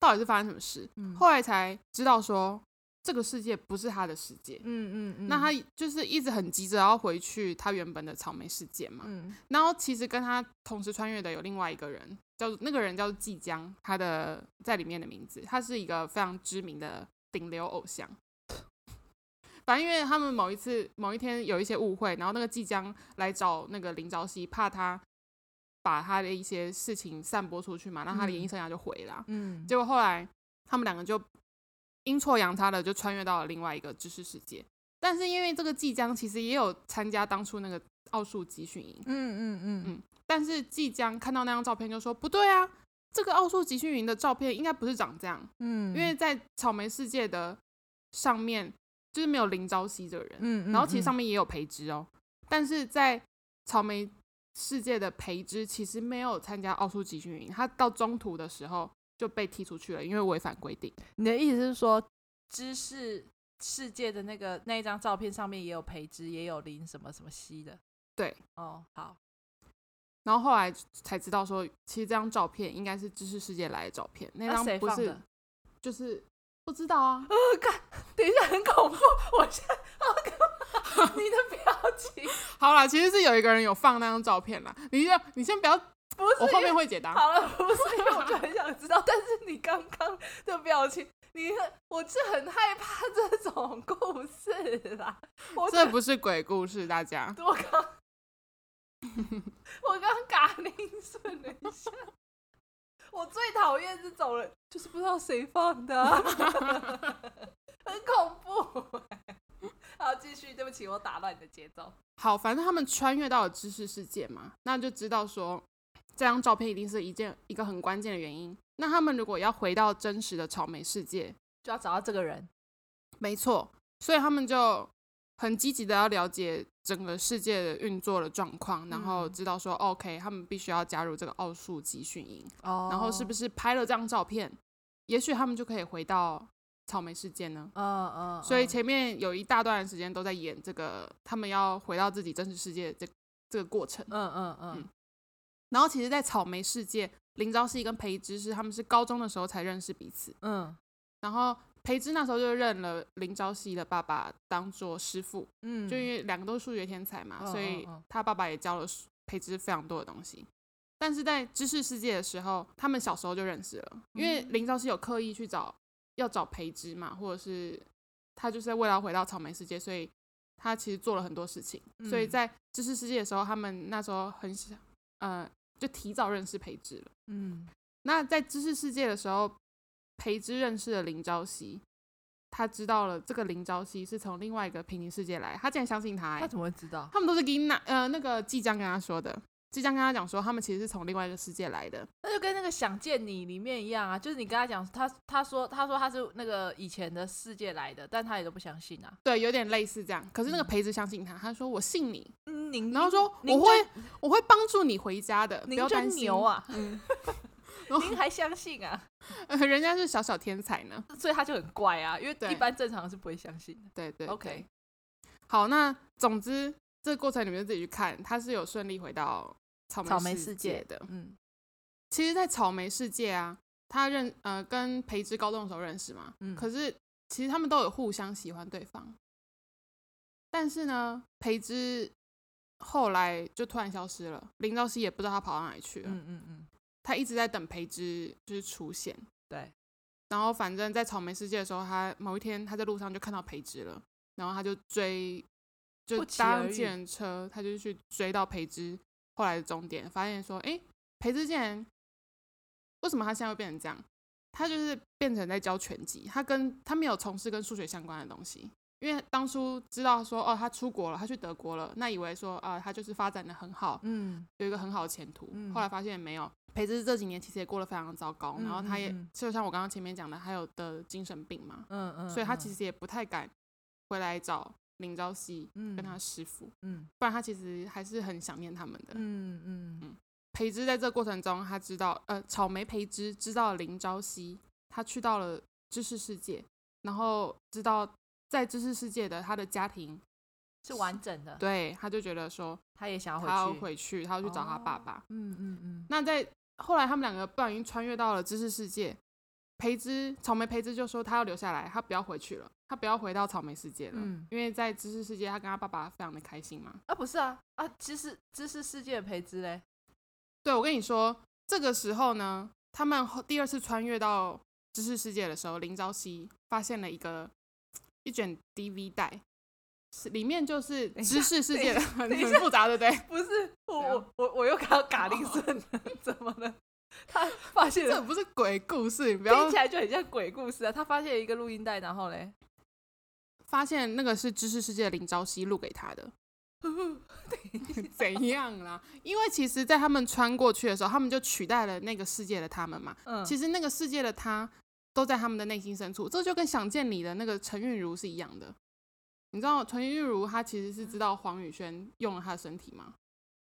[SPEAKER 2] 到底是发生什么事？
[SPEAKER 1] 嗯
[SPEAKER 2] 后来才知道说这个世界不是他的世界，
[SPEAKER 1] 嗯嗯，
[SPEAKER 2] 那他就是一直很急着要回去他原本的草莓世界嘛。
[SPEAKER 1] 嗯
[SPEAKER 2] 然后其实跟他同时穿越的有另外一个人，叫那个人叫季江，他的在里面的名字，他是一个非常知名的顶流偶像。反正因为他们某一次某一天有一些误会，然后那个季江来找那个林朝夕，怕他把他的一些事情散播出去嘛，那他的演艺生涯就毁了啊、
[SPEAKER 1] 嗯，
[SPEAKER 2] 结果后来他们两个就阴错阳差的就穿越到了另外一个知识世界。但是因为这个季江其实也有参加当初那个奥数集训营，
[SPEAKER 1] 嗯嗯嗯，
[SPEAKER 2] 但是季江看到那张照片就说：“不对啊，这个奥数集训营的照片应该不是长这样，
[SPEAKER 1] 嗯，
[SPEAKER 2] 因为在草莓世界的上面就是没有林朝夕这个人，
[SPEAKER 1] 嗯，嗯
[SPEAKER 2] 然后其实上
[SPEAKER 1] 面
[SPEAKER 2] 面也有培植哦，但是在草莓世界的培植其实没有参加奥数集训营，他到中途的时候就被踢出去了，因为违反规定。
[SPEAKER 1] 你的意思是说，知识世界的那个那一张照片上面也有培植，也有林什么什么西的，
[SPEAKER 2] 对，
[SPEAKER 1] 哦，好，
[SPEAKER 2] 然后后来才知道说，其实这张照片应该是知识世界来的照片，那
[SPEAKER 1] 那
[SPEAKER 2] 张
[SPEAKER 1] 谁
[SPEAKER 2] 不
[SPEAKER 1] 放
[SPEAKER 2] 是、
[SPEAKER 1] 的
[SPEAKER 2] 就是不知道啊。”
[SPEAKER 1] [laughs]
[SPEAKER 2] [laughs]
[SPEAKER 1] 等一下很恐怖，我现在好恐怖，你的表情
[SPEAKER 2] 好啦，其实是有一个人有放那张照片啦。你就你先不要，
[SPEAKER 1] 不是
[SPEAKER 2] 我后
[SPEAKER 1] 因为
[SPEAKER 2] 面会解答。
[SPEAKER 1] 好了，不是因为我就很想知道，但是你刚刚的表情，你很我是很害怕这种故事啦，我
[SPEAKER 2] 这不是鬼故事，大家。
[SPEAKER 1] 我刚，我刚嘎铃顺了一下。我最讨厌这种人，就是不知道谁放的啊、 [laughs] 很恐怖、欸 [laughs] 好，继续，对不起，我打乱你的节奏。
[SPEAKER 2] 好，反正他们穿越到了知识世界嘛，那就知道说这张照片一定是一件一个很关键的原因。那他们如果要回到真实的草莓世界，
[SPEAKER 1] 就要找到这个人，
[SPEAKER 2] 没错，所以他们就很积极的要了解整个世界的运作的状况，然后
[SPEAKER 1] 嗯
[SPEAKER 2] 知道说、OK，他们必须要加入这个奥数集训营。
[SPEAKER 1] 哦
[SPEAKER 2] 然后是不
[SPEAKER 1] 是？
[SPEAKER 2] 是拍了这张照片，也许他们就可以回到草莓世界呢？
[SPEAKER 1] 嗯嗯，
[SPEAKER 2] 所以前面有一大段时间都在演这个，他们要回到自己真实世界的这这个过程。
[SPEAKER 1] 嗯嗯嗯
[SPEAKER 2] 嗯，然后其实，在草莓世界，林朝夕跟裴之是他们是高中的时候才认识彼此，
[SPEAKER 1] 嗯
[SPEAKER 2] 然后培之那时候就认了林朝夕的爸爸当做师傅，
[SPEAKER 1] 嗯，
[SPEAKER 2] 就因为两个都是数学天才嘛，
[SPEAKER 1] 嗯
[SPEAKER 2] 所以
[SPEAKER 1] 嗯嗯
[SPEAKER 2] 他爸爸也教了培之非常多的东西。但是在知识世界的时候，他们小时候就认识了，因为
[SPEAKER 1] 嗯
[SPEAKER 2] 林朝夕有刻意去找要找培之嘛，或者是他就是为了要回到草莓世界，所以他其实做了很多事情。所以
[SPEAKER 1] 嗯
[SPEAKER 2] 在知识世界的时候，他们那时候很小，呃，就提早认识培之了。
[SPEAKER 1] 嗯
[SPEAKER 2] 那在知识世界的时候，培之认识了林朝夕，他知道了这个林朝夕是从另外一个平行世界来，他竟然相信他、欸，
[SPEAKER 1] 他怎么会知道？
[SPEAKER 2] 他们都是跟那呃那个季江跟他说的，季江跟他讲说他们其实是从另外一个世界来的，
[SPEAKER 1] 那就跟那个《想见你》里面一样啊，就是你跟他讲，他他说他说他是那个以前的世界来的，但他也都不相信啊。
[SPEAKER 2] 对，有点类似这样。可是那个
[SPEAKER 1] 嗯
[SPEAKER 2] 培之相信他，他说我信你，
[SPEAKER 1] 嗯，您
[SPEAKER 2] 然后说
[SPEAKER 1] 您
[SPEAKER 2] 我会我会帮助你回家的，不
[SPEAKER 1] 您
[SPEAKER 2] 要担
[SPEAKER 1] 真
[SPEAKER 2] 心嗯
[SPEAKER 1] 牛，啊， [laughs]
[SPEAKER 2] 然后
[SPEAKER 1] 您还相信啊，
[SPEAKER 2] 呃人家是小小天才呢，
[SPEAKER 1] [laughs] 所以他就很怪啊，因为
[SPEAKER 2] 对
[SPEAKER 1] 一般正常人是不会相信的。
[SPEAKER 2] 对对
[SPEAKER 1] OK
[SPEAKER 2] 对好，那总之这个过程你们就自己去看，他是有顺利回到草莓
[SPEAKER 1] 草莓世
[SPEAKER 2] 世
[SPEAKER 1] 界
[SPEAKER 2] 的，
[SPEAKER 1] 嗯
[SPEAKER 2] 其实，在草莓世界啊，他认呃跟培之高中的时候认识嘛，
[SPEAKER 1] 嗯
[SPEAKER 2] 可是其实他们都有互相喜欢对方，但是呢，培之后来就突然消失了，林朝夕也不知道他跑到哪里去了，
[SPEAKER 1] 嗯嗯嗯，
[SPEAKER 2] 他一直在等培之就是出现，
[SPEAKER 1] 对，
[SPEAKER 2] 然后反正在草莓世界的时候，他某一天他在路上就看到培之了，然后他就追，就
[SPEAKER 1] 不期
[SPEAKER 2] 搭
[SPEAKER 1] 而
[SPEAKER 2] 上
[SPEAKER 1] 遇
[SPEAKER 2] 计程车，他就去追到培之后来的终点，发现说，诶，培之竟然为什么他现在会变成这样？他就是变成在教拳击，他跟他没有从事跟数学相关的东西，因为当初知道说哦，他出国了，他去德国了，那以为说啊、他就是发展的很好，
[SPEAKER 1] 嗯
[SPEAKER 2] 有一个很好的前途。
[SPEAKER 1] 嗯
[SPEAKER 2] 后来发现没有，培之这几年其实也过得非常糟糕，
[SPEAKER 1] 嗯
[SPEAKER 2] 然后他也
[SPEAKER 1] 嗯嗯
[SPEAKER 2] 就像我刚刚前面讲的，他有得精神病嘛，
[SPEAKER 1] 嗯嗯，
[SPEAKER 2] 所以他其
[SPEAKER 1] 实
[SPEAKER 2] 实也不太敢回来找林朝夕
[SPEAKER 1] 嗯
[SPEAKER 2] 跟他师傅，
[SPEAKER 1] 嗯
[SPEAKER 2] 不然他其实还是很想念他们的。
[SPEAKER 1] 嗯嗯嗯
[SPEAKER 2] 培之在这过程中，他知道呃，草莓培之知道了林朝夕，他去到了知识世界，然后知道在知识世界的他的家庭，
[SPEAKER 1] 嗯是完整的，
[SPEAKER 2] 对，他就觉得说
[SPEAKER 1] 他也想要
[SPEAKER 2] 他要
[SPEAKER 1] 回去。
[SPEAKER 2] 回去，他要去找他爸爸。
[SPEAKER 1] 嗯嗯嗯，
[SPEAKER 2] 那在后来他们两个不小心穿越到了知识世界，培之草莓培之就说他要留下来，他不要回去了，他不要回到草莓世界了，
[SPEAKER 1] 嗯
[SPEAKER 2] 因为在知识世界他跟他爸爸非常的开心嘛。
[SPEAKER 1] 啊不是啊啊，其实知识世界的培植嘞，
[SPEAKER 2] 对我跟你说，这个时候呢，他们后第二次穿越到知识世界的时候，林朝夕发现了一个一卷 DV 带。是里面就是
[SPEAKER 1] 一下
[SPEAKER 2] 知识世界
[SPEAKER 1] [laughs]
[SPEAKER 2] 的很
[SPEAKER 1] 等一
[SPEAKER 2] 很
[SPEAKER 1] 下
[SPEAKER 2] 复杂，对不
[SPEAKER 1] [laughs]
[SPEAKER 2] 对？
[SPEAKER 1] [laughs] 不是我
[SPEAKER 2] 怎样
[SPEAKER 1] 我我我又搞嘎铃顺 [laughs] 了，怎么了？他发现
[SPEAKER 2] 这
[SPEAKER 1] 了，
[SPEAKER 2] 不是鬼故事，你不要
[SPEAKER 1] 听起来就很像鬼故事啊！他发现了一个录音带，然后嘞，
[SPEAKER 2] 发现那个是知识世界的林朝夕录给他的。 [laughs] 怎样啦？因为其实，在他们穿过去的时候，他们就取代了那个世界的他们嘛。
[SPEAKER 1] 嗯，
[SPEAKER 2] 其实那个世界的他都在他们的内心深处，这就跟《想见你》的那个陈韵如是一样的。你知道陈韵如她其实是知道黄宇轩用了她的身体吗？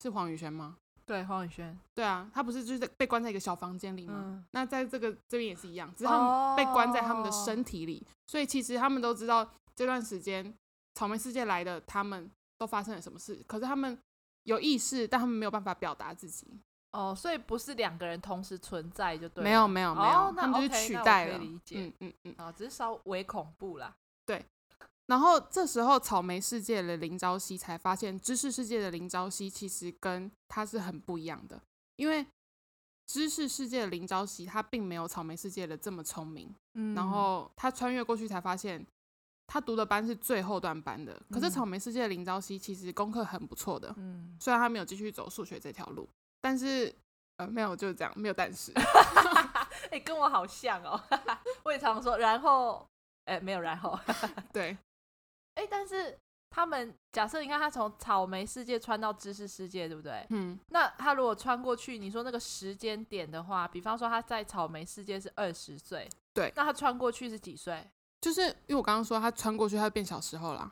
[SPEAKER 2] 是黄宇轩吗？
[SPEAKER 1] 对黄宇轩，
[SPEAKER 2] 对啊，她不是就是被关在一个小房间里吗？
[SPEAKER 1] 嗯，哦
[SPEAKER 2] 那在这个这边也是一样，只是他们被关在他们的身体里，所以其实他们都知道这段时间草莓世界来的他们都发生了什么事，可是他们有意识，但他们没有办法表达自己。
[SPEAKER 1] 哦，所以不是两个人同时存在就对了，
[SPEAKER 2] 没有没有没有，
[SPEAKER 1] 哦那
[SPEAKER 2] 他们就是
[SPEAKER 1] OK，
[SPEAKER 2] 取
[SPEAKER 1] 那我
[SPEAKER 2] 代
[SPEAKER 1] 可以
[SPEAKER 2] 了。
[SPEAKER 1] 理解
[SPEAKER 2] 嗯嗯嗯。
[SPEAKER 1] 啊，只是稍微恐怖啦。
[SPEAKER 2] 然后这时候草莓世界的林朝夕才发现，知识世界的林朝夕其实跟他是很不一样的，因为知识世界的林朝夕他并没有草莓世界的这么聪明。
[SPEAKER 1] 嗯
[SPEAKER 2] 然后他穿越过去才发现，他读的班是最后段班的。可是
[SPEAKER 1] 嗯
[SPEAKER 2] 草莓世界的林朝夕其实功课很不错的，
[SPEAKER 1] 嗯，
[SPEAKER 2] 虽然他没有继续走数学这条路，但是呃没有就是这样，没有
[SPEAKER 1] [laughs]
[SPEAKER 2] 但是。
[SPEAKER 1] 哎、跟我好像哦， [laughs] 我也常说，然后哎、没有然后， [laughs]
[SPEAKER 2] 对
[SPEAKER 1] 哎、但是他们假设你看他从草莓世界穿到知识世界，对不对？
[SPEAKER 2] 嗯，
[SPEAKER 1] 那他如果穿过去，你说那个时间点的话，比方说他在草莓世界是二十岁，
[SPEAKER 2] 对
[SPEAKER 1] 那他穿过去是几岁？
[SPEAKER 2] 就是因为我刚刚说他穿过去，他变小时候啦，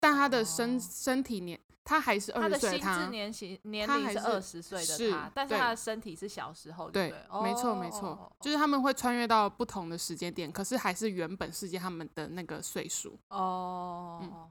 [SPEAKER 2] 但他的身、
[SPEAKER 1] 哦
[SPEAKER 2] 身体年他还是
[SPEAKER 1] 他
[SPEAKER 2] 二
[SPEAKER 1] 的
[SPEAKER 2] 十岁
[SPEAKER 1] 心
[SPEAKER 2] 的
[SPEAKER 1] 智
[SPEAKER 2] 他。
[SPEAKER 1] 年型年
[SPEAKER 2] 他
[SPEAKER 1] 龄
[SPEAKER 2] 还
[SPEAKER 1] 是
[SPEAKER 2] 是
[SPEAKER 1] 二十岁的
[SPEAKER 2] 是
[SPEAKER 1] 他，但是
[SPEAKER 2] 对
[SPEAKER 1] 他的身体是小时候，
[SPEAKER 2] 对
[SPEAKER 1] 对不对，
[SPEAKER 2] 没错没
[SPEAKER 1] 哦
[SPEAKER 2] 错，就是他们会穿越到不同的时间点，可是还是原本世界他们的那个岁数。
[SPEAKER 1] 哦。
[SPEAKER 2] 嗯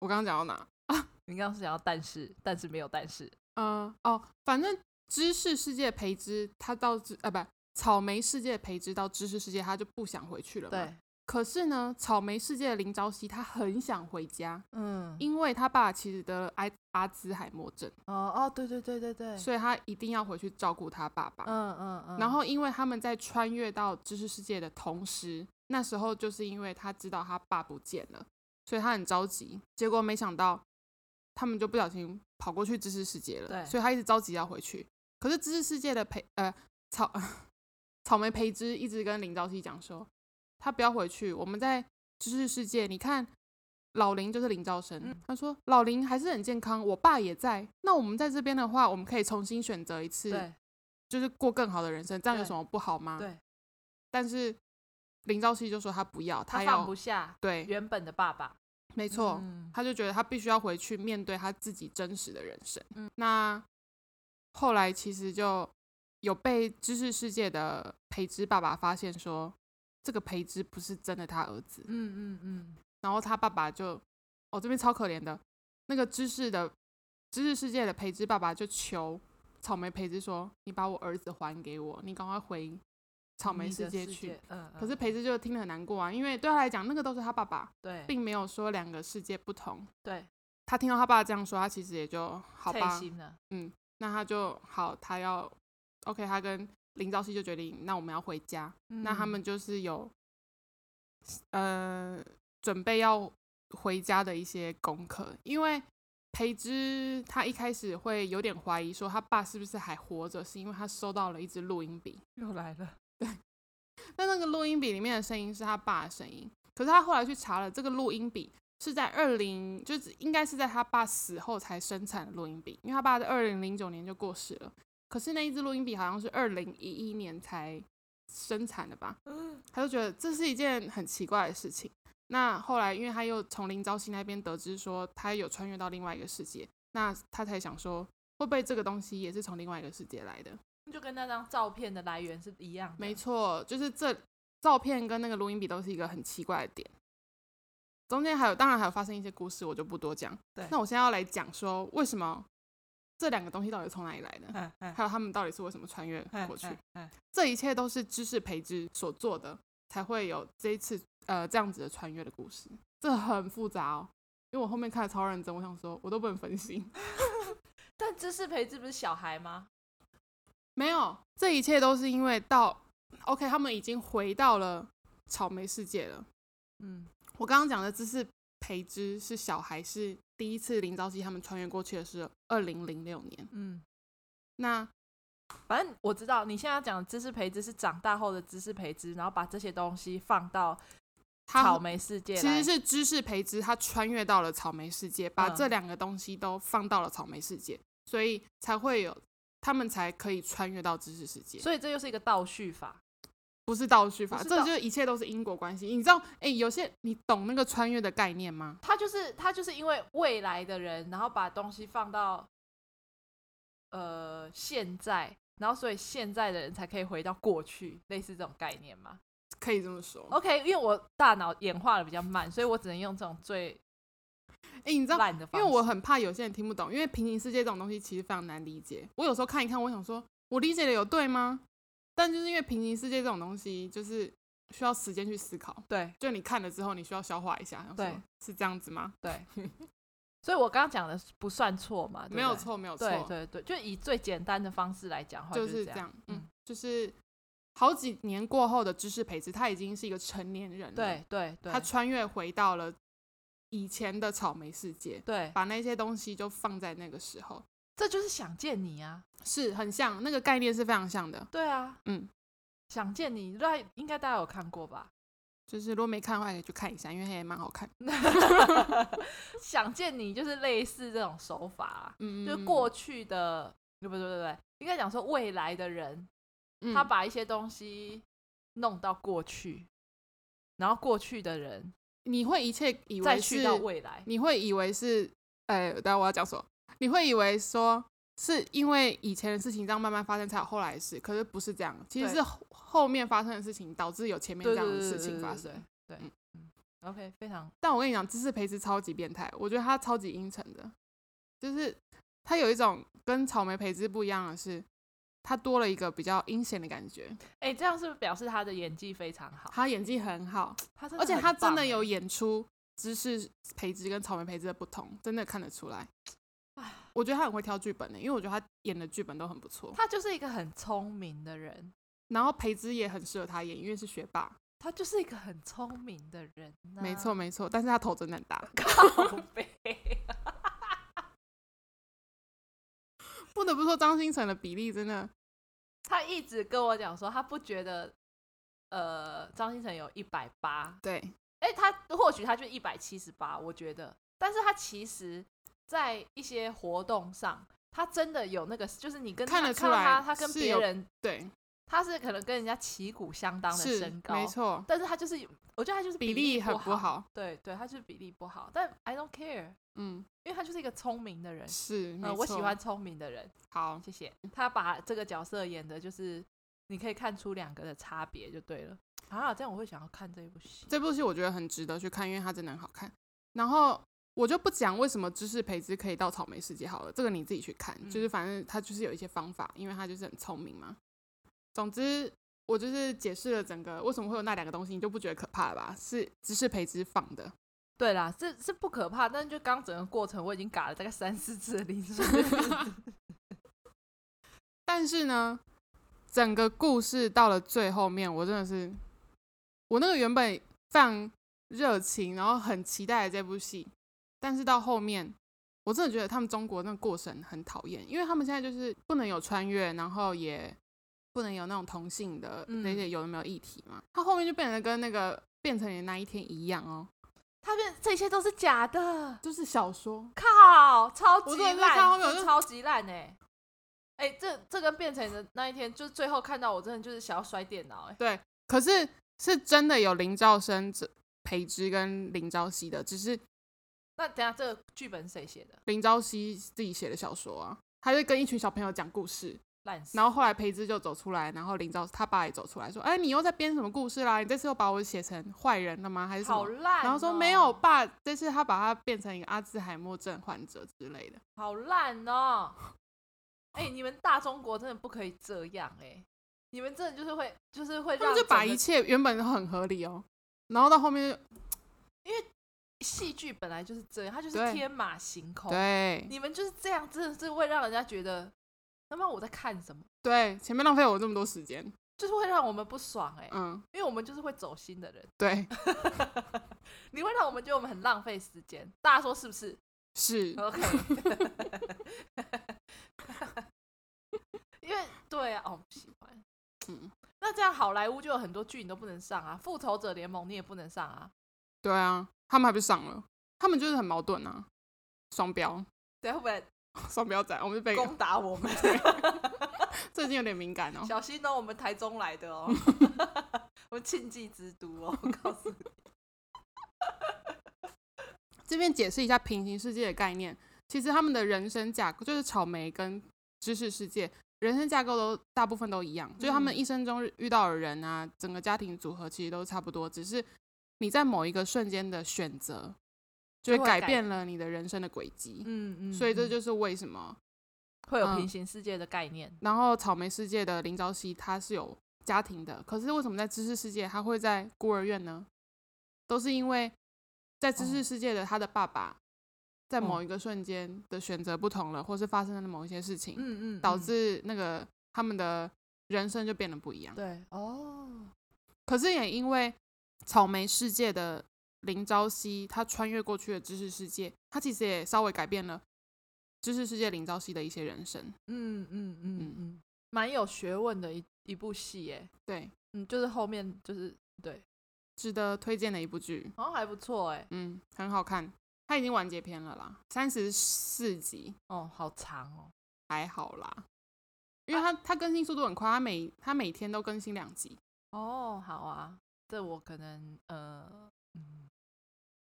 [SPEAKER 2] 我刚刚讲到哪？
[SPEAKER 1] 你刚刚是想要但是，但是没有但是，
[SPEAKER 2] 嗯哦，反正知识世界呃培植，他到知啊不草莓世界培植到知识世界，他就不想回去了嘛。
[SPEAKER 1] 对，
[SPEAKER 2] 可是呢，草莓世界的林朝夕他很想回家，
[SPEAKER 1] 嗯，
[SPEAKER 2] 因为他爸其实得了阿阿兹海默症，
[SPEAKER 1] 哦哦，对对对对对，
[SPEAKER 2] 所以他一定要回去照顾他爸爸。
[SPEAKER 1] 嗯嗯嗯，
[SPEAKER 2] 啊然后，因为他们在穿越到知识世界的同时，那时候就是因为他知道他爸不见了，所以他很着急。结果没想到，他们就不小心跑过去知识世界
[SPEAKER 1] 对
[SPEAKER 2] 了，所以他一直着急要回去。可是知识世界的培呃草 [laughs] 草莓培之一直跟林朝夕讲说，他不要回去，我们在知识世界，你看。老林就是林兆生，
[SPEAKER 1] 嗯
[SPEAKER 2] 他说老林还是很健康，我爸也在。那我们在这边的话，我们可以重新选择一次
[SPEAKER 1] 对
[SPEAKER 2] 就是啊过更好的人生，这样有
[SPEAKER 1] 对
[SPEAKER 2] 什么不好吗？
[SPEAKER 1] 对，
[SPEAKER 2] 但是林兆熙就说他不要，
[SPEAKER 1] 他
[SPEAKER 2] 要
[SPEAKER 1] 放不下
[SPEAKER 2] 对，
[SPEAKER 1] 原本的爸爸，
[SPEAKER 2] 没错，
[SPEAKER 1] 嗯
[SPEAKER 2] 他就觉得他必须要回去面对他自己真实的人生。
[SPEAKER 1] 嗯
[SPEAKER 2] 那后来其实就有被知识世界的培之爸爸发现说，这个培之不是真的他儿子，
[SPEAKER 1] 嗯嗯嗯，
[SPEAKER 2] 然后他爸爸就，哦这边超可怜的，那个知识的知识世界的培之爸爸就求草莓培之说，你把我儿子还给我，你赶快回草莓
[SPEAKER 1] 你的
[SPEAKER 2] 世界
[SPEAKER 1] 世
[SPEAKER 2] 去。
[SPEAKER 1] 界，嗯，
[SPEAKER 2] 可是
[SPEAKER 1] 嗯
[SPEAKER 2] 培之就听得很难过啊，因为对他来讲，那个都是他爸爸，
[SPEAKER 1] 对
[SPEAKER 2] 并没有说两个世界不同。
[SPEAKER 1] 对，
[SPEAKER 2] 他听到他爸这样说，他其实也就好
[SPEAKER 1] 退
[SPEAKER 2] 吧，
[SPEAKER 1] 心了，
[SPEAKER 2] 那他就好，他要 OK，他跟林朝夕就决定，那我们要回家。那他
[SPEAKER 1] 嗯
[SPEAKER 2] 们就是有呃准备要回家的一些功课，因为培之他一开始会有点怀疑说他爸是不是还活着，是因为他收到了一支录音笔，
[SPEAKER 1] 又来了，
[SPEAKER 2] 那那个录音笔里面的声音是他爸的声音，可是他后来去查了，这个录音笔是在二零，就是应该是在他爸死后才生产的录音笔，因为他爸在二零零九年就过世了，可是那一支录音笔好像是二零一一年才生产的吧，
[SPEAKER 1] 嗯
[SPEAKER 2] 他就觉得这是一件很奇怪的事情。那后来，因为他又从林朝夕那边得知说他有穿越到另外一个世界，那他才想说会不会这个东西也是从另外一个世界来的？
[SPEAKER 1] [laughs] 就跟那张照片的来源是一样的，
[SPEAKER 2] 没错，就是这照片跟那个录音笔都是一个很奇怪的点。中间还有，当然还有发生一些故事，我就不多讲。
[SPEAKER 1] 对
[SPEAKER 2] 那我现在要来讲说，为什么这两个东西到底从哪里来的，
[SPEAKER 1] 嗯，嗯
[SPEAKER 2] 还有他们到底是为什么穿越过去？，
[SPEAKER 1] 嗯
[SPEAKER 2] 这一切都是知识培植所做的，才会有这一次呃这样子的穿越的故事。这很复杂哦，因为我后面看的超认真，我想说我都不能分析。
[SPEAKER 1] 但知识培植不是小孩吗？
[SPEAKER 2] [laughs] 没有，这一切都是因为到 OK，他们已经回到了草莓世界了。
[SPEAKER 1] 嗯，
[SPEAKER 2] 我刚刚讲的知识培植是小孩，是第一次林朝夕他们穿越过去的是二零零六年。
[SPEAKER 1] 嗯，
[SPEAKER 2] 那
[SPEAKER 1] 反正我知道你现在讲的知识培植是长大后的知识培植，然后把这些东西放到草
[SPEAKER 2] 他
[SPEAKER 1] 莓世界来，
[SPEAKER 2] 其实是知识培植，他穿越到了草莓世界，把
[SPEAKER 1] 嗯
[SPEAKER 2] 这两个东西都放到了草莓世界，所以才会有他们才可以穿越到知识世界，
[SPEAKER 1] 所以这又是一个倒叙法。
[SPEAKER 2] 不是倒叙法，
[SPEAKER 1] 不是
[SPEAKER 2] 这
[SPEAKER 1] 倒
[SPEAKER 2] 就是一切都是因果关系。你知道，哎、有些你懂那个穿越的概念吗？
[SPEAKER 1] 他就是他就是因为未来的人，然后把东西放到呃现在，然后所以现在的人才可以回到过去，类似这种概念嘛。
[SPEAKER 2] 可以这么说。
[SPEAKER 1] OK，因为我大脑演化的比较慢，所以我只能用这种最
[SPEAKER 2] 哎、你知道
[SPEAKER 1] 烂的
[SPEAKER 2] 因
[SPEAKER 1] 方
[SPEAKER 2] 为
[SPEAKER 1] 式。
[SPEAKER 2] 我很怕有些人听不懂，因为平行世界这种东西其实非常难理解。我有时候看一看，我想说，我理解的有对吗？但就是因为平行世界这种东西，就是需要时间去思考。
[SPEAKER 1] 对
[SPEAKER 2] 就你看了之后，你需要消化一下，想说
[SPEAKER 1] 对
[SPEAKER 2] 是这样子吗？
[SPEAKER 1] 对， [laughs] 所以我刚刚讲的不算错嘛，对不
[SPEAKER 2] 没有
[SPEAKER 1] 对。
[SPEAKER 2] 错，没有错，
[SPEAKER 1] 对对对，就以最简单的方式来讲话，
[SPEAKER 2] 就是这
[SPEAKER 1] 这。
[SPEAKER 2] 样。嗯
[SPEAKER 1] 嗯，
[SPEAKER 2] 就是好几年过后的知识培植，他已经是一个成年人了，
[SPEAKER 1] 对对对，
[SPEAKER 2] 他穿越回到了以前的草莓世界，
[SPEAKER 1] 对，
[SPEAKER 2] 把那些东西就放在那个时候，
[SPEAKER 1] 这就是想见你啊，
[SPEAKER 2] 是很像那个概念是非常像的。
[SPEAKER 1] 对啊，
[SPEAKER 2] 嗯，
[SPEAKER 1] 想见你，大家应该大家有看过吧？ [laughs]
[SPEAKER 2] 就是如果没看的话，可以去看一下，因为它也蛮好看。
[SPEAKER 1] 想见你就是类似这种手法啊、
[SPEAKER 2] 嗯，
[SPEAKER 1] 就过去的，不对不对不对，应该讲说未来的人，
[SPEAKER 2] 嗯
[SPEAKER 1] 他把一些东西弄到过去，然后过去的人
[SPEAKER 2] 你会一切以
[SPEAKER 1] 再
[SPEAKER 2] 为
[SPEAKER 1] 去
[SPEAKER 2] 是，
[SPEAKER 1] 到未来，
[SPEAKER 2] 你会以为是，呃，等下我要讲什么？你会以为说是因为以前的事情这样慢慢发生才有后来的事，可是不是这样，其实
[SPEAKER 1] 对
[SPEAKER 2] 是后后面发生的事情导致有前面
[SPEAKER 1] 对
[SPEAKER 2] 这
[SPEAKER 1] 对
[SPEAKER 2] 样的
[SPEAKER 1] 对对
[SPEAKER 2] 事情
[SPEAKER 1] 对
[SPEAKER 2] 发
[SPEAKER 1] 对
[SPEAKER 2] 生。
[SPEAKER 1] 对
[SPEAKER 2] 嗯
[SPEAKER 1] 嗯，OK，非常
[SPEAKER 2] 但我跟你讲，知识培植超级变态，我觉得他超级阴沉的，就是他有一种跟草莓培植不一样的是，他多了一个比较阴险的感觉，
[SPEAKER 1] 哎、这样是不是表示他的演技非常好？
[SPEAKER 2] 他演技很好，
[SPEAKER 1] 他真的
[SPEAKER 2] 而且
[SPEAKER 1] 很
[SPEAKER 2] 他真
[SPEAKER 1] 棒
[SPEAKER 2] 的
[SPEAKER 1] 哎
[SPEAKER 2] 有演出芝士培植跟草莓培植的不同，真的看得出来
[SPEAKER 1] 唉。
[SPEAKER 2] 我觉得他很会挑剧本的、欸因为我觉得他演的剧本都很不错。
[SPEAKER 1] 他就是一个很聪明的人，
[SPEAKER 2] 然后培植也很适合他演，因为是学霸。
[SPEAKER 1] 他就是一个很聪明的人、呐
[SPEAKER 2] 没错，没错，但是他头真的
[SPEAKER 1] [laughs]
[SPEAKER 2] 很大，
[SPEAKER 1] 靠背。
[SPEAKER 2] 不得不说张新成的比例真的
[SPEAKER 1] 他一直跟我讲说，他不觉得呃张新成有一百八，
[SPEAKER 2] 对，
[SPEAKER 1] 哎，他或许他就一百七十八，我觉得，但是他其实，在一些活动上，他真的有那个，就是你跟他
[SPEAKER 2] 看得出来
[SPEAKER 1] 看到他他跟
[SPEAKER 2] 是
[SPEAKER 1] 别
[SPEAKER 2] 有
[SPEAKER 1] 人，
[SPEAKER 2] 对，
[SPEAKER 1] 他是可能跟人家旗鼓相当的
[SPEAKER 2] 是
[SPEAKER 1] 身高，
[SPEAKER 2] 没错，
[SPEAKER 1] 但是他就是，我觉得他就是
[SPEAKER 2] 比
[SPEAKER 1] 例
[SPEAKER 2] 例很
[SPEAKER 1] 不
[SPEAKER 2] 不，好。
[SPEAKER 1] 对对，他就是比例不好，但 I don't care，
[SPEAKER 2] 嗯，
[SPEAKER 1] 因为他就是一个聪明的人，
[SPEAKER 2] 是，没
[SPEAKER 1] 呃，我喜
[SPEAKER 2] 错
[SPEAKER 1] 欢。聪明的人，
[SPEAKER 2] 好，
[SPEAKER 1] 谢谢。他把这个角色演的就是，你可以看出两个的差别就对了。啊，这样我会想要看这一部戏。
[SPEAKER 2] 这部戏我觉得很值得去看，因为它真的很好看。然后我就不讲为什么芝士培植可以到草莓世界好了，这个你自己去看，
[SPEAKER 1] 嗯
[SPEAKER 2] 就是反正他就是有一些方法，因为他就是很聪明嘛。总之，我就是解释了整个为什么会有那两个东西，你就不觉得可怕了吧？是芝士培植放的，
[SPEAKER 1] 对啦，这是不可怕，但是就刚整个过程我已经嘎了大概三四次的铃声。
[SPEAKER 2] [laughs] 但是呢，整个故事到了最后面，我真的是，我那个原本非常热情，然后很期待的这部戏，但是到后面，我真的觉得他们中国那个过程很讨厌，因为他们现在就是不能有穿越，然后也不能有那种同性的
[SPEAKER 1] 嗯
[SPEAKER 2] 那些有的没有议题嘛，它后面就变得跟那个变成你的那一天一样哦，
[SPEAKER 1] 他们这些都是假的，
[SPEAKER 2] 就是小说，
[SPEAKER 1] 靠，超
[SPEAKER 2] 我
[SPEAKER 1] 级
[SPEAKER 2] 真的是看后
[SPEAKER 1] 烂，
[SPEAKER 2] 面我
[SPEAKER 1] 真
[SPEAKER 2] 就
[SPEAKER 1] 的超级烂哎、哎、这这跟变成的那一天，就是最后看到我真的就是想要摔电脑哎、
[SPEAKER 2] 可是是真的有林兆生、裴之跟林朝夕的，只是
[SPEAKER 1] 那等一下这个剧本谁写的？
[SPEAKER 2] 林朝夕自己写的小说啊，他就跟一群小朋友讲故事，
[SPEAKER 1] 烂死！
[SPEAKER 2] 然后后来培之就走出来，然后林兆他爸也走出来说：“哎，你又在编什么故事啦？你这次又把我写成坏人了吗？还是什
[SPEAKER 1] 好
[SPEAKER 2] 么？”
[SPEAKER 1] 烂哦、
[SPEAKER 2] 然后说：“没有，爸，这次他把他变成一个阿兹海默症患者之类的。
[SPEAKER 1] 好烂哦！哎、你们大中国真的不可以这样哎、你们真的就是会，就是会”
[SPEAKER 2] 他
[SPEAKER 1] 让
[SPEAKER 2] 们就把
[SPEAKER 1] 整个
[SPEAKER 2] 一切原本都很合理哦，然后到后面就
[SPEAKER 1] 戏剧本来就是这样，它就是
[SPEAKER 2] 对
[SPEAKER 1] 天马行空。
[SPEAKER 2] 对
[SPEAKER 1] 你们就是这样，真的是会让人家觉得，他妈我在看什么，
[SPEAKER 2] 对，前面浪费了我这么多时间，
[SPEAKER 1] 就是会让我们不爽哎、
[SPEAKER 2] 嗯，
[SPEAKER 1] 因为我们就是会走心的人， [laughs]
[SPEAKER 2] 对，
[SPEAKER 1] 你会让我们觉得我们很浪费时间。大家说是不是
[SPEAKER 2] 是， [laughs]
[SPEAKER 1] ？OK 。因为对啊，哦，不喜欢。
[SPEAKER 2] 嗯，
[SPEAKER 1] [laughs] 那这样好莱坞就有很多剧你都不能上啊，《复仇者联盟》你也不能上啊。
[SPEAKER 2] 对啊，他们还不是上了，他们就是很矛盾啊，双标，
[SPEAKER 1] 等下会不会
[SPEAKER 2] 双标仔，我们就被
[SPEAKER 1] 攻打我们？
[SPEAKER 2] [laughs] 最近有点敏感哦。
[SPEAKER 1] 小心哦，我们台中来的
[SPEAKER 2] [laughs]
[SPEAKER 1] 哦，我们庆忌之都哦，我告诉你。
[SPEAKER 2] 这边解释一下平行世界的概念。其实他们的人生架构就是草莓跟知识世界，人生架构都大部分都一样，就是他
[SPEAKER 1] 嗯
[SPEAKER 2] 们一生中遇到的人啊，整个家庭组合其实都差不多，只是你在某一个瞬间的选择，就
[SPEAKER 1] 就
[SPEAKER 2] 会
[SPEAKER 1] 会
[SPEAKER 2] 改
[SPEAKER 1] 改
[SPEAKER 2] 变了你的人生的轨迹。
[SPEAKER 1] 嗯嗯
[SPEAKER 2] 所以这就是为什么，
[SPEAKER 1] 会有
[SPEAKER 2] 嗯
[SPEAKER 1] 平行世界的概念。
[SPEAKER 2] 然后草莓世界的林朝夕他是有家庭的，可是为什么在知识世界他会在孤儿院呢？都是因为在知识世界的他的爸爸，在某
[SPEAKER 1] 哦
[SPEAKER 2] 一个瞬间的选择不同了，或是发生了某一些事情，
[SPEAKER 1] 嗯嗯
[SPEAKER 2] 导致那个他们的人生就变得不一样。
[SPEAKER 1] 对哦，
[SPEAKER 2] 可是也因为草莓世界的林朝夕，他穿越过去的知识世界，他其实也稍微改变了知识世界林朝夕的一些人生。
[SPEAKER 1] 嗯嗯嗯
[SPEAKER 2] 嗯
[SPEAKER 1] 嗯，蛮有学问的一一部戏耶。
[SPEAKER 2] 对，
[SPEAKER 1] 嗯，就是后面就是对，
[SPEAKER 2] 值得推荐的一部剧。
[SPEAKER 1] 好像还不错哎。
[SPEAKER 2] 嗯，很好看。它已经完结篇了啦，三十四集
[SPEAKER 1] 哦，好长哦。
[SPEAKER 2] 还好啦，因为它
[SPEAKER 1] 啊
[SPEAKER 2] 它更新速度很快，它每它每天都更新两集。
[SPEAKER 1] 哦，好啊，这我可能呃嗯，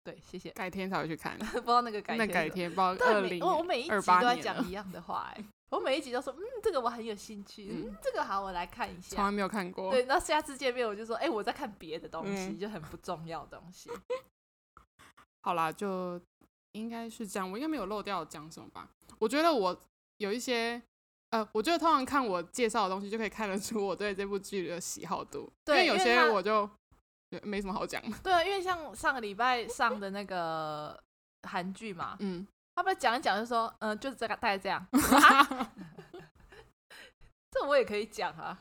[SPEAKER 1] 对，谢 [laughs] 谢。
[SPEAKER 2] 改天才会去看，
[SPEAKER 1] 不知道那个改
[SPEAKER 2] 那
[SPEAKER 1] 天
[SPEAKER 2] 改
[SPEAKER 1] 是
[SPEAKER 2] 天包
[SPEAKER 1] 对
[SPEAKER 2] 二
[SPEAKER 1] 每
[SPEAKER 2] 零
[SPEAKER 1] 我我每一集都
[SPEAKER 2] 28
[SPEAKER 1] 在
[SPEAKER 2] 年
[SPEAKER 1] 讲
[SPEAKER 2] 了
[SPEAKER 1] 一样的话哎，我每一集都说嗯，这个我很有兴趣，
[SPEAKER 2] 嗯
[SPEAKER 1] 嗯，这个好，我来看一
[SPEAKER 2] 从
[SPEAKER 1] 下
[SPEAKER 2] 来。没有看过。
[SPEAKER 1] 对，那下次见面我就说，哎、我在看别的东西，
[SPEAKER 2] 嗯
[SPEAKER 1] 就很不重要的东西。
[SPEAKER 2] 好啦，就应该是这样，我应该没有漏掉讲什么吧？我觉得我有一些呃，我觉得通常看我介绍的东西就可以看得出我对这部剧的喜好度，
[SPEAKER 1] 对
[SPEAKER 2] 因
[SPEAKER 1] 因
[SPEAKER 2] 为
[SPEAKER 1] 为
[SPEAKER 2] 有些
[SPEAKER 1] 它
[SPEAKER 2] 我就呃没什么好讲的。
[SPEAKER 1] 对啊，因为像上个礼拜上的那个韩剧嘛，
[SPEAKER 2] 嗯，
[SPEAKER 1] 他们讲一讲就说，嗯、就是这个大概这
[SPEAKER 2] [laughs]
[SPEAKER 1] 样。我说啊这我也可以讲啊，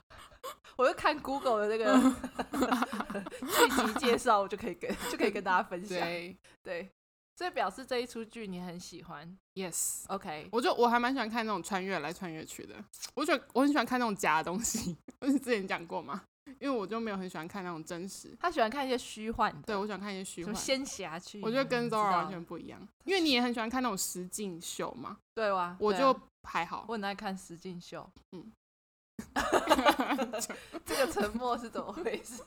[SPEAKER 1] 我就看 Google 的那个
[SPEAKER 2] [laughs]
[SPEAKER 1] 剧集介绍，我就可以跟就可以跟大家分享。
[SPEAKER 2] 对
[SPEAKER 1] 对，所以表示这一出剧你很喜欢。
[SPEAKER 2] ，yes，
[SPEAKER 1] OK，
[SPEAKER 2] 我就我还蛮喜欢看那种穿越来穿越去的，我觉得我很喜欢看那种假的东西， [laughs] 我之前讲过嘛，因为我就没有很喜欢看那种真实，
[SPEAKER 1] 他喜欢看一些虚幻的，
[SPEAKER 2] 对我喜欢看一些虚
[SPEAKER 1] 什么
[SPEAKER 2] 幻。
[SPEAKER 1] 仙侠剧啊。
[SPEAKER 2] 我觉得跟
[SPEAKER 1] 你知道
[SPEAKER 2] Zora 完全不一样，因为你也很喜欢看那种实境秀嘛，
[SPEAKER 1] 对哇，
[SPEAKER 2] 我
[SPEAKER 1] 对啊
[SPEAKER 2] 就还好
[SPEAKER 1] 我。很爱看石进秀。
[SPEAKER 2] 哦嗯
[SPEAKER 1] [laughs] 这个沉默是怎么回事？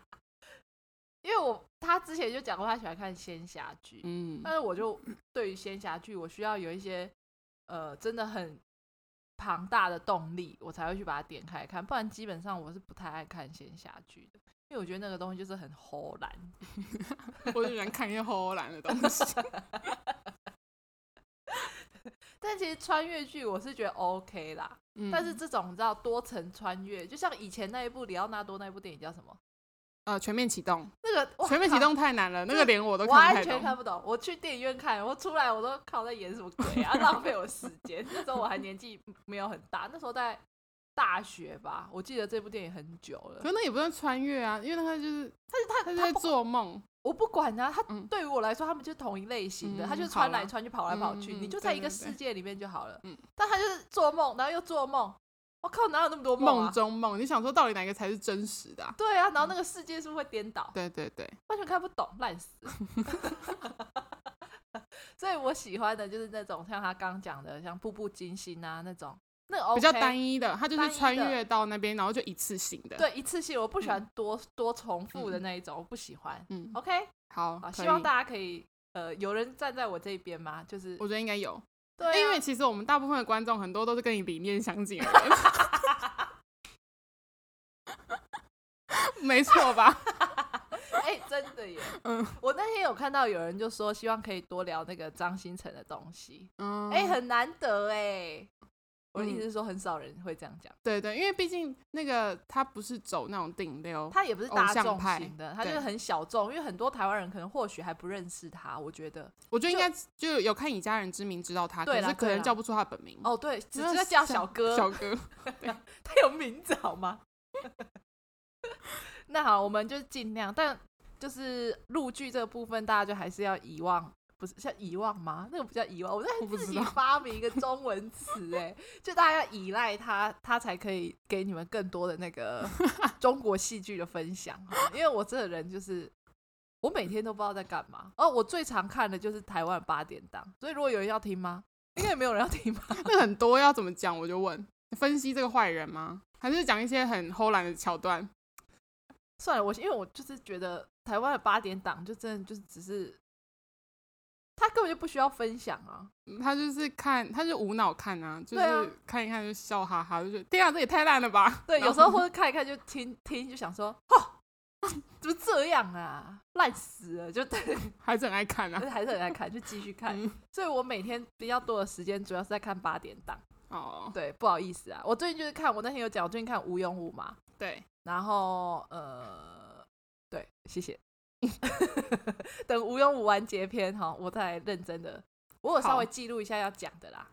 [SPEAKER 1] [laughs] 因为我他之前就讲过，他喜欢看仙侠剧， [laughs]
[SPEAKER 2] 嗯，
[SPEAKER 1] 但是我就对于仙侠剧，我需要有一些呃真的很庞大的动力，我才会去把它点开看，不然基本上我是不太爱看仙侠剧的，因为我觉得那个东西就是很齁懒。
[SPEAKER 2] 我就喜欢看一些偷懒的东
[SPEAKER 1] [laughs]
[SPEAKER 2] 西。
[SPEAKER 1] 但其实穿越剧我是觉得 OK 啦，
[SPEAKER 2] 嗯
[SPEAKER 1] 但是这种你知道多层穿越，就像以前那一部里奥纳多那一部电影叫什么？
[SPEAKER 2] 呃，全面启动，
[SPEAKER 1] 那个哇
[SPEAKER 2] 全面启动太难了，那个连我都
[SPEAKER 1] 靠
[SPEAKER 2] 看
[SPEAKER 1] 完
[SPEAKER 2] 不太
[SPEAKER 1] 全
[SPEAKER 2] 懂。
[SPEAKER 1] 看不懂。我去电影院看，我出来我都靠在演什么鬼啊， [laughs] 浪费我时间。那时候我还年纪没有很大，那时候在大学吧，我记得这部电影很久了。
[SPEAKER 2] 可那也不算穿越啊，因为他就是
[SPEAKER 1] 但
[SPEAKER 2] 他
[SPEAKER 1] 是
[SPEAKER 2] 就
[SPEAKER 1] 他他
[SPEAKER 2] 在
[SPEAKER 1] 不，
[SPEAKER 2] 做梦。
[SPEAKER 1] 我不管啊，他
[SPEAKER 2] 嗯
[SPEAKER 1] 对于我来说，他们就是同一类型的，
[SPEAKER 2] 嗯
[SPEAKER 1] 他就是穿
[SPEAKER 2] 好
[SPEAKER 1] 来
[SPEAKER 2] 啦
[SPEAKER 1] 穿去，跑来跑去，
[SPEAKER 2] 嗯嗯
[SPEAKER 1] 你就
[SPEAKER 2] 对
[SPEAKER 1] 在一
[SPEAKER 2] 对
[SPEAKER 1] 个
[SPEAKER 2] 对
[SPEAKER 1] 世界里面就好了。
[SPEAKER 2] 嗯
[SPEAKER 1] 但他就是做梦，然后又做梦，我靠，哪有那么多梦
[SPEAKER 2] 梦
[SPEAKER 1] 啊？
[SPEAKER 2] 中梦，你想说到底哪个才是真实的、啊？
[SPEAKER 1] 对啊，然后那个世界是不是会颠倒？
[SPEAKER 2] 对对对，
[SPEAKER 1] 完全看不懂，烂死。 [laughs] 所以我喜欢的就是那种像他刚讲的，像《步步惊心》啊那种，那个 OK,
[SPEAKER 2] 比较单一的，他就
[SPEAKER 1] 单一
[SPEAKER 2] 是
[SPEAKER 1] 的
[SPEAKER 2] 穿越到那边，然后就一次性的。，
[SPEAKER 1] 对一次性，我不喜欢多、多重复的那一种，我不喜欢。
[SPEAKER 2] 嗯，
[SPEAKER 1] OK，
[SPEAKER 2] 好，
[SPEAKER 1] 哦好，
[SPEAKER 2] 可
[SPEAKER 1] 希望
[SPEAKER 2] 以
[SPEAKER 1] 大家可以呃，有人站在我这一边吗？就是
[SPEAKER 2] 我觉得应该有，
[SPEAKER 1] 对、啊，
[SPEAKER 2] 因为其实我们大部分的观众很多都是跟你理念相近的
[SPEAKER 1] [laughs]
[SPEAKER 2] 人，没
[SPEAKER 1] [laughs]
[SPEAKER 2] 错吧？
[SPEAKER 1] 哎、真的耶，
[SPEAKER 2] [laughs] 嗯
[SPEAKER 1] 我那天有看到有人就说希望可以多聊那个张新成的东西，
[SPEAKER 2] 嗯，
[SPEAKER 1] 哎、很难得哎。我的意
[SPEAKER 2] 嗯
[SPEAKER 1] 思是说，很少人会这样讲。
[SPEAKER 2] 对对，因为毕竟那个他不是走那种顶流，
[SPEAKER 1] 他也不是
[SPEAKER 2] 偶
[SPEAKER 1] 大
[SPEAKER 2] 像
[SPEAKER 1] 众
[SPEAKER 2] 派
[SPEAKER 1] 型的，他就是
[SPEAKER 2] 对
[SPEAKER 1] 很小众，因为很多台湾人可能或许还不认识他。我觉得，
[SPEAKER 2] 我觉得应该就有看以家人之名知道他，
[SPEAKER 1] 对
[SPEAKER 2] 可
[SPEAKER 1] 啦
[SPEAKER 2] 是可
[SPEAKER 1] 对
[SPEAKER 2] 能
[SPEAKER 1] 啦
[SPEAKER 2] 叫不出他本名。
[SPEAKER 1] 哦，对，只
[SPEAKER 2] 嗯那
[SPEAKER 1] 是叫
[SPEAKER 2] 小
[SPEAKER 1] 小哥，
[SPEAKER 2] [laughs] 小哥，
[SPEAKER 1] [laughs] 他有名字好吗？ [laughs] 那好，我们就尽量，但就是录剧这个部分，大家就还是要遗忘，不是叫遗忘吗？那个不叫遗忘，我在
[SPEAKER 2] 我不
[SPEAKER 1] 自
[SPEAKER 2] 知
[SPEAKER 1] 己
[SPEAKER 2] 道
[SPEAKER 1] 发明一个中文词，哎， [laughs] 就大家要依赖他，他才可以给你们更多的那
[SPEAKER 2] [laughs]
[SPEAKER 1] 个中国戏剧的分享哈。因为我这个人就是。我每天都不知道在干嘛，哦，我最常看的就是台湾八点档，所以如果有人要听吗？应该也没有人要听吧？
[SPEAKER 2] 那很多要怎么讲？我就问，分析这个坏人吗？还是讲一些很偷懒的桥段？
[SPEAKER 1] 算了，我因为我就是觉得台湾的八点档就真的就是只是，他根本就不需要分享啊。
[SPEAKER 2] 嗯他就是看，他就无脑看啊，就
[SPEAKER 1] 对啊
[SPEAKER 2] 是看一看就笑哈哈，就觉得天啊，这也太烂了吧！
[SPEAKER 1] 对，
[SPEAKER 2] 然
[SPEAKER 1] 有
[SPEAKER 2] 后
[SPEAKER 1] 时候会看一看就听听就想说，哦， [laughs] 怎么这样啊，烂死了，就对，
[SPEAKER 2] 还是很爱看
[SPEAKER 1] 但
[SPEAKER 2] 啊。
[SPEAKER 1] 是还是很爱看，就继续看。
[SPEAKER 2] 嗯
[SPEAKER 1] [laughs] 所以我每天比较多的时间主要是在看八点档。
[SPEAKER 2] 哦，
[SPEAKER 1] 对，不好意思啊，我最近就是看，我那天有讲，我最近看吴庸武嘛，
[SPEAKER 2] 对，
[SPEAKER 1] 然后呃，对，谢谢。 [laughs] 等无用无完结篇哈，我再认真的，我有稍
[SPEAKER 2] 好
[SPEAKER 1] 微记录一下要讲的啦。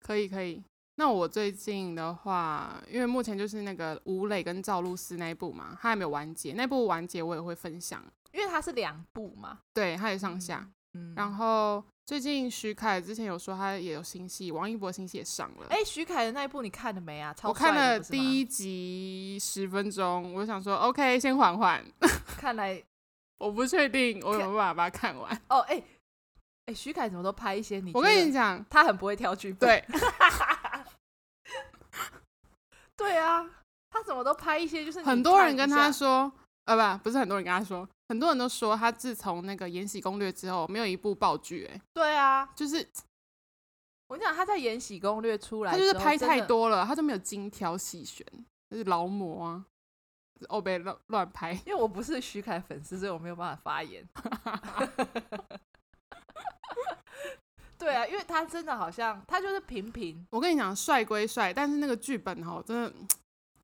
[SPEAKER 2] 可以可以。那我最近的话，因为目前就是那个吴磊跟赵露思那一部嘛，他还没有完结，那部完结我也会分享，
[SPEAKER 1] 因为它是两部嘛，
[SPEAKER 2] 对，他也上下。
[SPEAKER 1] 嗯，
[SPEAKER 2] 然后最近徐凯之前有说他也有新戏，王一博新戏也上了。
[SPEAKER 1] 哎、徐凯的那一部你看了没啊？超
[SPEAKER 2] 我看
[SPEAKER 1] 帅的
[SPEAKER 2] 了
[SPEAKER 1] 不是
[SPEAKER 2] 第
[SPEAKER 1] 吗，
[SPEAKER 2] 一集十分钟，我想说 OK，先缓缓。
[SPEAKER 1] 看来
[SPEAKER 2] 我不确定我有没有办法把它看完。
[SPEAKER 1] 哦，哎、哎、徐凯怎么都拍一些你，
[SPEAKER 2] 我跟你，讲，
[SPEAKER 1] 他很不会挑剧本，
[SPEAKER 2] 对，
[SPEAKER 1] [laughs] 对啊，他怎么都拍一些就是你
[SPEAKER 2] 很多
[SPEAKER 1] 看
[SPEAKER 2] 人
[SPEAKER 1] 一
[SPEAKER 2] 跟他
[SPEAKER 1] 下
[SPEAKER 2] 说，呃，不，不是很多人跟他说，很多人都说他自从那个《延禧攻略》之后，没有一部爆剧、哎，
[SPEAKER 1] 对啊，
[SPEAKER 2] 就是
[SPEAKER 1] 我跟你讲他在《延禧攻略》出来
[SPEAKER 2] 他
[SPEAKER 1] 之
[SPEAKER 2] 就
[SPEAKER 1] 后，
[SPEAKER 2] 是拍
[SPEAKER 1] 真
[SPEAKER 2] 太
[SPEAKER 1] 的
[SPEAKER 2] 多了，他就没有精挑细选，就是劳模啊，欧北乱乱拍。
[SPEAKER 1] 因为我不是徐凯粉丝， [laughs] 所以我没有办法发言。对啊，因因为他真的好像他就是平平，
[SPEAKER 2] 我跟你讲，帅归帅，但是那个剧本哦，真的，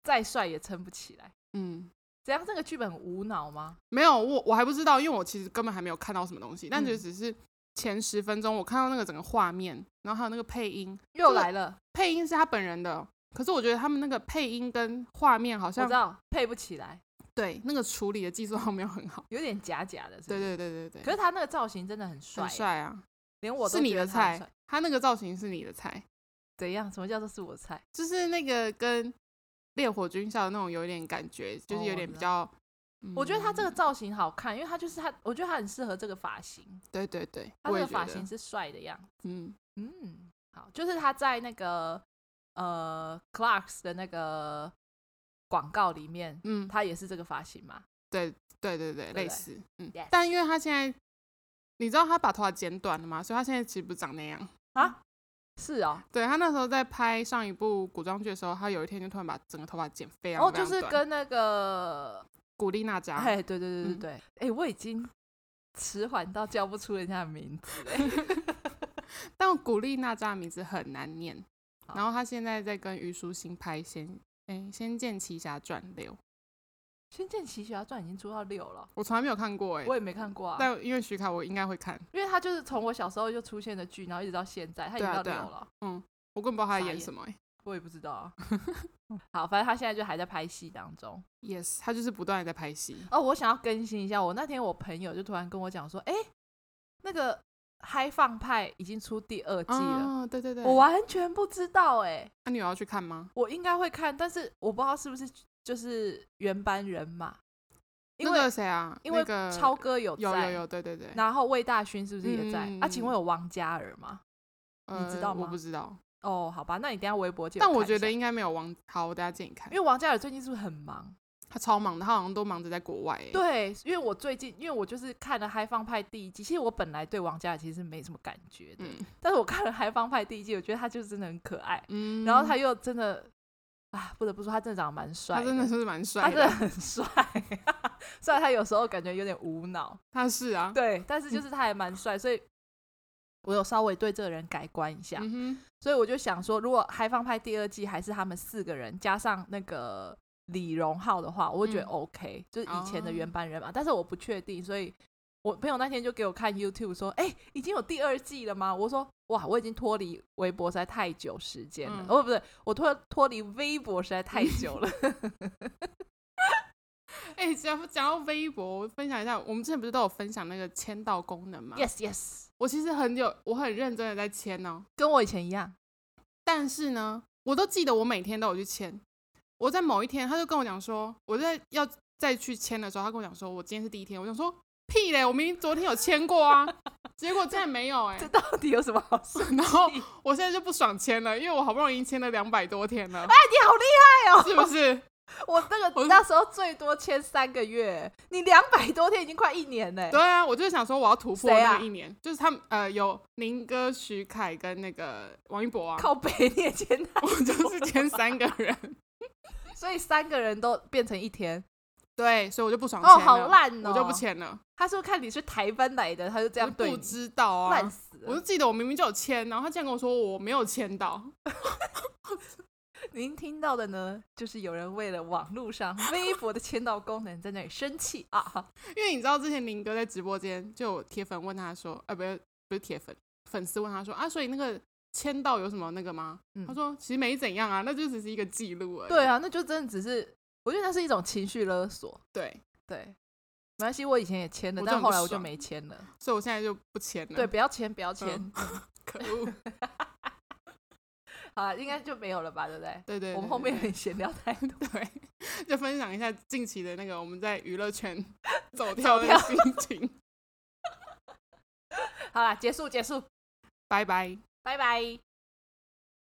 [SPEAKER 1] 再帅也撑不起来。
[SPEAKER 2] 嗯，
[SPEAKER 1] 怎样？这个剧本很无脑吗？
[SPEAKER 2] 没有，我我还不知道，因为我其实根本还没有看到什么东西，但就
[SPEAKER 1] 嗯
[SPEAKER 2] 只是前十分钟我看到那个整个画面，然后还有那个配音，
[SPEAKER 1] 又
[SPEAKER 2] 这个
[SPEAKER 1] 来了，
[SPEAKER 2] 配音是他本人的，哦可是我觉得他们那个配音跟画面好
[SPEAKER 1] 我
[SPEAKER 2] 像
[SPEAKER 1] 知道配不起来，
[SPEAKER 2] 对那个处理的技术 [laughs] 好像没有很好。
[SPEAKER 1] 有点假假的。是不
[SPEAKER 2] 对
[SPEAKER 1] 是
[SPEAKER 2] 对对对
[SPEAKER 1] 可
[SPEAKER 2] 对，
[SPEAKER 1] 是他那个造型真的很帅
[SPEAKER 2] 很
[SPEAKER 1] 欸，
[SPEAKER 2] 帅啊，
[SPEAKER 1] 连我都
[SPEAKER 2] 是你
[SPEAKER 1] 觉得
[SPEAKER 2] 的
[SPEAKER 1] 他很
[SPEAKER 2] 菜
[SPEAKER 1] 帅。，
[SPEAKER 2] 他那个造型是你的菜，
[SPEAKER 1] 怎样？什么叫做是我的菜？
[SPEAKER 2] 就是那个跟烈火军校的那种有一点感觉，就
[SPEAKER 1] 哦我
[SPEAKER 2] 是有点
[SPEAKER 1] 知
[SPEAKER 2] 比较。
[SPEAKER 1] 我觉得他这个
[SPEAKER 2] 嗯
[SPEAKER 1] 造型好看，因为他就是他，我觉得他很适合这个发型，
[SPEAKER 2] 对对对，
[SPEAKER 1] 他
[SPEAKER 2] 我
[SPEAKER 1] 这
[SPEAKER 2] 也
[SPEAKER 1] 个
[SPEAKER 2] 觉
[SPEAKER 1] 发
[SPEAKER 2] 得
[SPEAKER 1] 型，是帅的样子。
[SPEAKER 2] 嗯，
[SPEAKER 1] 嗯，好，就是他在那个呃 Clarks 的那个广告里面，
[SPEAKER 2] 嗯，
[SPEAKER 1] 他也是这个发型嘛。
[SPEAKER 2] 对对对，
[SPEAKER 1] 不对
[SPEAKER 2] 类似，嗯
[SPEAKER 1] Yes
[SPEAKER 2] 但因为他现在，你知道他把头发剪短了嘛，所以他现在其实不长那样。
[SPEAKER 1] 啊是哦，
[SPEAKER 2] 对他那时候在拍上一部古装剧的时候，他有一天就突然把整个头发剪非常
[SPEAKER 1] 哦，
[SPEAKER 2] 非
[SPEAKER 1] 就
[SPEAKER 2] 常
[SPEAKER 1] 是
[SPEAKER 2] 短
[SPEAKER 1] 跟那个，
[SPEAKER 2] 古力娜扎，
[SPEAKER 1] 哎，对对对对
[SPEAKER 2] 嗯
[SPEAKER 1] 对，哎、我已经迟缓到叫不出人家的名字了。
[SPEAKER 2] [laughs] 但古力娜扎的名字很难念。
[SPEAKER 1] 好
[SPEAKER 2] 然后他现在在跟虞书欣拍《仙》哎，《仙剑奇侠传六》，
[SPEAKER 1] 《仙剑奇侠传》已经出到六了，
[SPEAKER 2] 我从来没有看过哎、
[SPEAKER 1] 我也没看过啊，
[SPEAKER 2] 但因为徐凯，我应该会看，
[SPEAKER 1] 因为他就是从我小时候就出现的剧，然后一直到现在，他已
[SPEAKER 2] 对
[SPEAKER 1] 经
[SPEAKER 2] 啊
[SPEAKER 1] 到
[SPEAKER 2] 对
[SPEAKER 1] 六
[SPEAKER 2] 啊
[SPEAKER 1] 了。
[SPEAKER 2] 我根本不知道他在
[SPEAKER 1] 傻
[SPEAKER 2] 演
[SPEAKER 1] 眼
[SPEAKER 2] 什么哎、
[SPEAKER 1] 我也不知道、啊。 [laughs] 好，反正他现在就还在拍戏当中。
[SPEAKER 2] Yes，他就是不断的在拍戏。
[SPEAKER 1] 哦，我想要更新一下，我那天我朋友就突然跟我讲说，哎、那个《嗨放派》已经出第二季了，
[SPEAKER 2] 哦，对对对，
[SPEAKER 1] 我完全不知道哎、
[SPEAKER 2] 那、你有要去看吗？
[SPEAKER 1] 我应该会看，但是我不知道是不是就是原班人马，因
[SPEAKER 2] 那
[SPEAKER 1] 为、
[SPEAKER 2] 个谁啊，
[SPEAKER 1] 因为
[SPEAKER 2] 那个
[SPEAKER 1] 超哥有在，
[SPEAKER 2] 有有有，对对对，
[SPEAKER 1] 然后魏大勋是不是也在？
[SPEAKER 2] 嗯嗯嗯
[SPEAKER 1] 啊，
[SPEAKER 2] 嗯
[SPEAKER 1] 请问有王嘉尔吗？
[SPEAKER 2] 呃
[SPEAKER 1] 你知道吗
[SPEAKER 2] 我不知道，
[SPEAKER 1] 哦，好吧，那你等一下微博见。
[SPEAKER 2] 但我觉得，应该没有王。好，我等下借你看
[SPEAKER 1] 因，为王嘉尔最近是不是很忙？
[SPEAKER 2] 他超忙的，他好像都忙着在国外、欸。，
[SPEAKER 1] 对，因为我最近，因为我就是看了《嗨放派》第一季，其实我本来对王嘉尔其实没什么感觉的，
[SPEAKER 2] 嗯
[SPEAKER 1] 但是我看了《嗨放派》第一季，我觉得他就是真的很可爱，
[SPEAKER 2] 嗯，
[SPEAKER 1] 然后他又真的，啊，不得不说，他真的长得蛮帅，
[SPEAKER 2] 他真的
[SPEAKER 1] 的，
[SPEAKER 2] 是蛮
[SPEAKER 1] 他
[SPEAKER 2] 帅
[SPEAKER 1] 真的
[SPEAKER 2] 的，
[SPEAKER 1] 很帅， [laughs] 虽然他有时候感觉有点无脑，
[SPEAKER 2] 他是啊，
[SPEAKER 1] 对，但是就是他还蛮帅，所以。我有稍微对这个人改观一下，
[SPEAKER 2] 嗯
[SPEAKER 1] 所以我就想说，如果《嗨放派》第二季还是他们四个人加上那个李荣浩的话，我会觉得
[SPEAKER 2] 嗯
[SPEAKER 1] OK，、就是以前的
[SPEAKER 2] 哦
[SPEAKER 1] 原班人马。但是我不确定，所以我朋友那天就给我看 YouTube 说：“哎、已经有第二季了吗？”我说：“哇，我已经脱离微博实在太久时间了，
[SPEAKER 2] 嗯
[SPEAKER 1] 哦，不对，我脱脱离微博实在太久
[SPEAKER 2] [laughs]
[SPEAKER 1] 了。
[SPEAKER 2] 哼， [laughs] 哎、讲讲到微博，我分享一下，我们之前不是都有分享那个签到功能吗
[SPEAKER 1] yes yes，
[SPEAKER 2] 我其实很有，我很认真的在签哦、
[SPEAKER 1] [laughs] 跟我以前一样，
[SPEAKER 2] 但是呢，我都记得我每天都有去签。我在某一天，他就跟我讲说，我在要再去签的时候，他跟我讲说，我今天是第一天。我想说，屁嘞，我明明昨天有签过啊，结果竟然没有哎、
[SPEAKER 1] [laughs] 这到底有什
[SPEAKER 2] [laughs]
[SPEAKER 1] 么好哎说？
[SPEAKER 2] 然后我现在就不爽签了，因为我好不容易签了两百多天了，
[SPEAKER 1] 哎，你好厉害哦！
[SPEAKER 2] 是不是？
[SPEAKER 1] 我那
[SPEAKER 2] 我
[SPEAKER 1] 个那时候最多签三个月，你两百多天已经快一年嘞。
[SPEAKER 2] 对啊，我就想说我要突破
[SPEAKER 1] 谁啊
[SPEAKER 2] 那个一年，就是他们呃有宁哥、徐凯跟那个王一博啊，
[SPEAKER 1] 靠北你也签他，
[SPEAKER 2] 我就是签三个人，
[SPEAKER 1] 所以三个人都变成一天。
[SPEAKER 2] [laughs] 对，所以我就不爽签
[SPEAKER 1] 哦，
[SPEAKER 2] 了，
[SPEAKER 1] 好烂哦！
[SPEAKER 2] 啊我就不。签了，
[SPEAKER 1] 他是不是看你是台湾来的，他就这
[SPEAKER 2] 我
[SPEAKER 1] 样
[SPEAKER 2] 就
[SPEAKER 1] 对
[SPEAKER 2] 不
[SPEAKER 1] 你，
[SPEAKER 2] 知道啊，
[SPEAKER 1] 烂死
[SPEAKER 2] 我
[SPEAKER 1] 了
[SPEAKER 2] 就！记得我明明就有签，然后他竟然跟我说我没有签到， [laughs]
[SPEAKER 1] 您听到的呢，就是有人为了网络上微博的签到功能在那里生
[SPEAKER 2] [laughs]
[SPEAKER 1] 气啊！
[SPEAKER 2] 因为你知道之前林哥在直播间就有铁粉问他说，呃，不是不是铁粉，粉丝问他说啊，所以那个签到有什么那个吗？
[SPEAKER 1] 嗯
[SPEAKER 2] 他说其实没怎样啊，那就只是一个记录而已。
[SPEAKER 1] 对啊，那就真的只是，我觉得那是一种情绪勒索。
[SPEAKER 2] 对，
[SPEAKER 1] 对，没关系，我以前也签了，
[SPEAKER 2] 我就
[SPEAKER 1] 但
[SPEAKER 2] 很不
[SPEAKER 1] 后来我就
[SPEAKER 2] 爽嗯
[SPEAKER 1] 没签了。
[SPEAKER 2] 所以我现在就不签了。
[SPEAKER 1] 对，，不要签，不要签，
[SPEAKER 2] 嗯可恶，
[SPEAKER 1] [laughs] 好啊，应该就没有了吧，对不对？
[SPEAKER 2] 对对对
[SPEAKER 1] 我们后面
[SPEAKER 2] 对
[SPEAKER 1] 很闲聊太多，
[SPEAKER 2] 对 [laughs] 就分享一下近期的那个我们在娱乐圈 [laughs] 走跳的心情。
[SPEAKER 1] [laughs] 好啦，结束结束，
[SPEAKER 2] 拜拜。
[SPEAKER 1] 拜拜。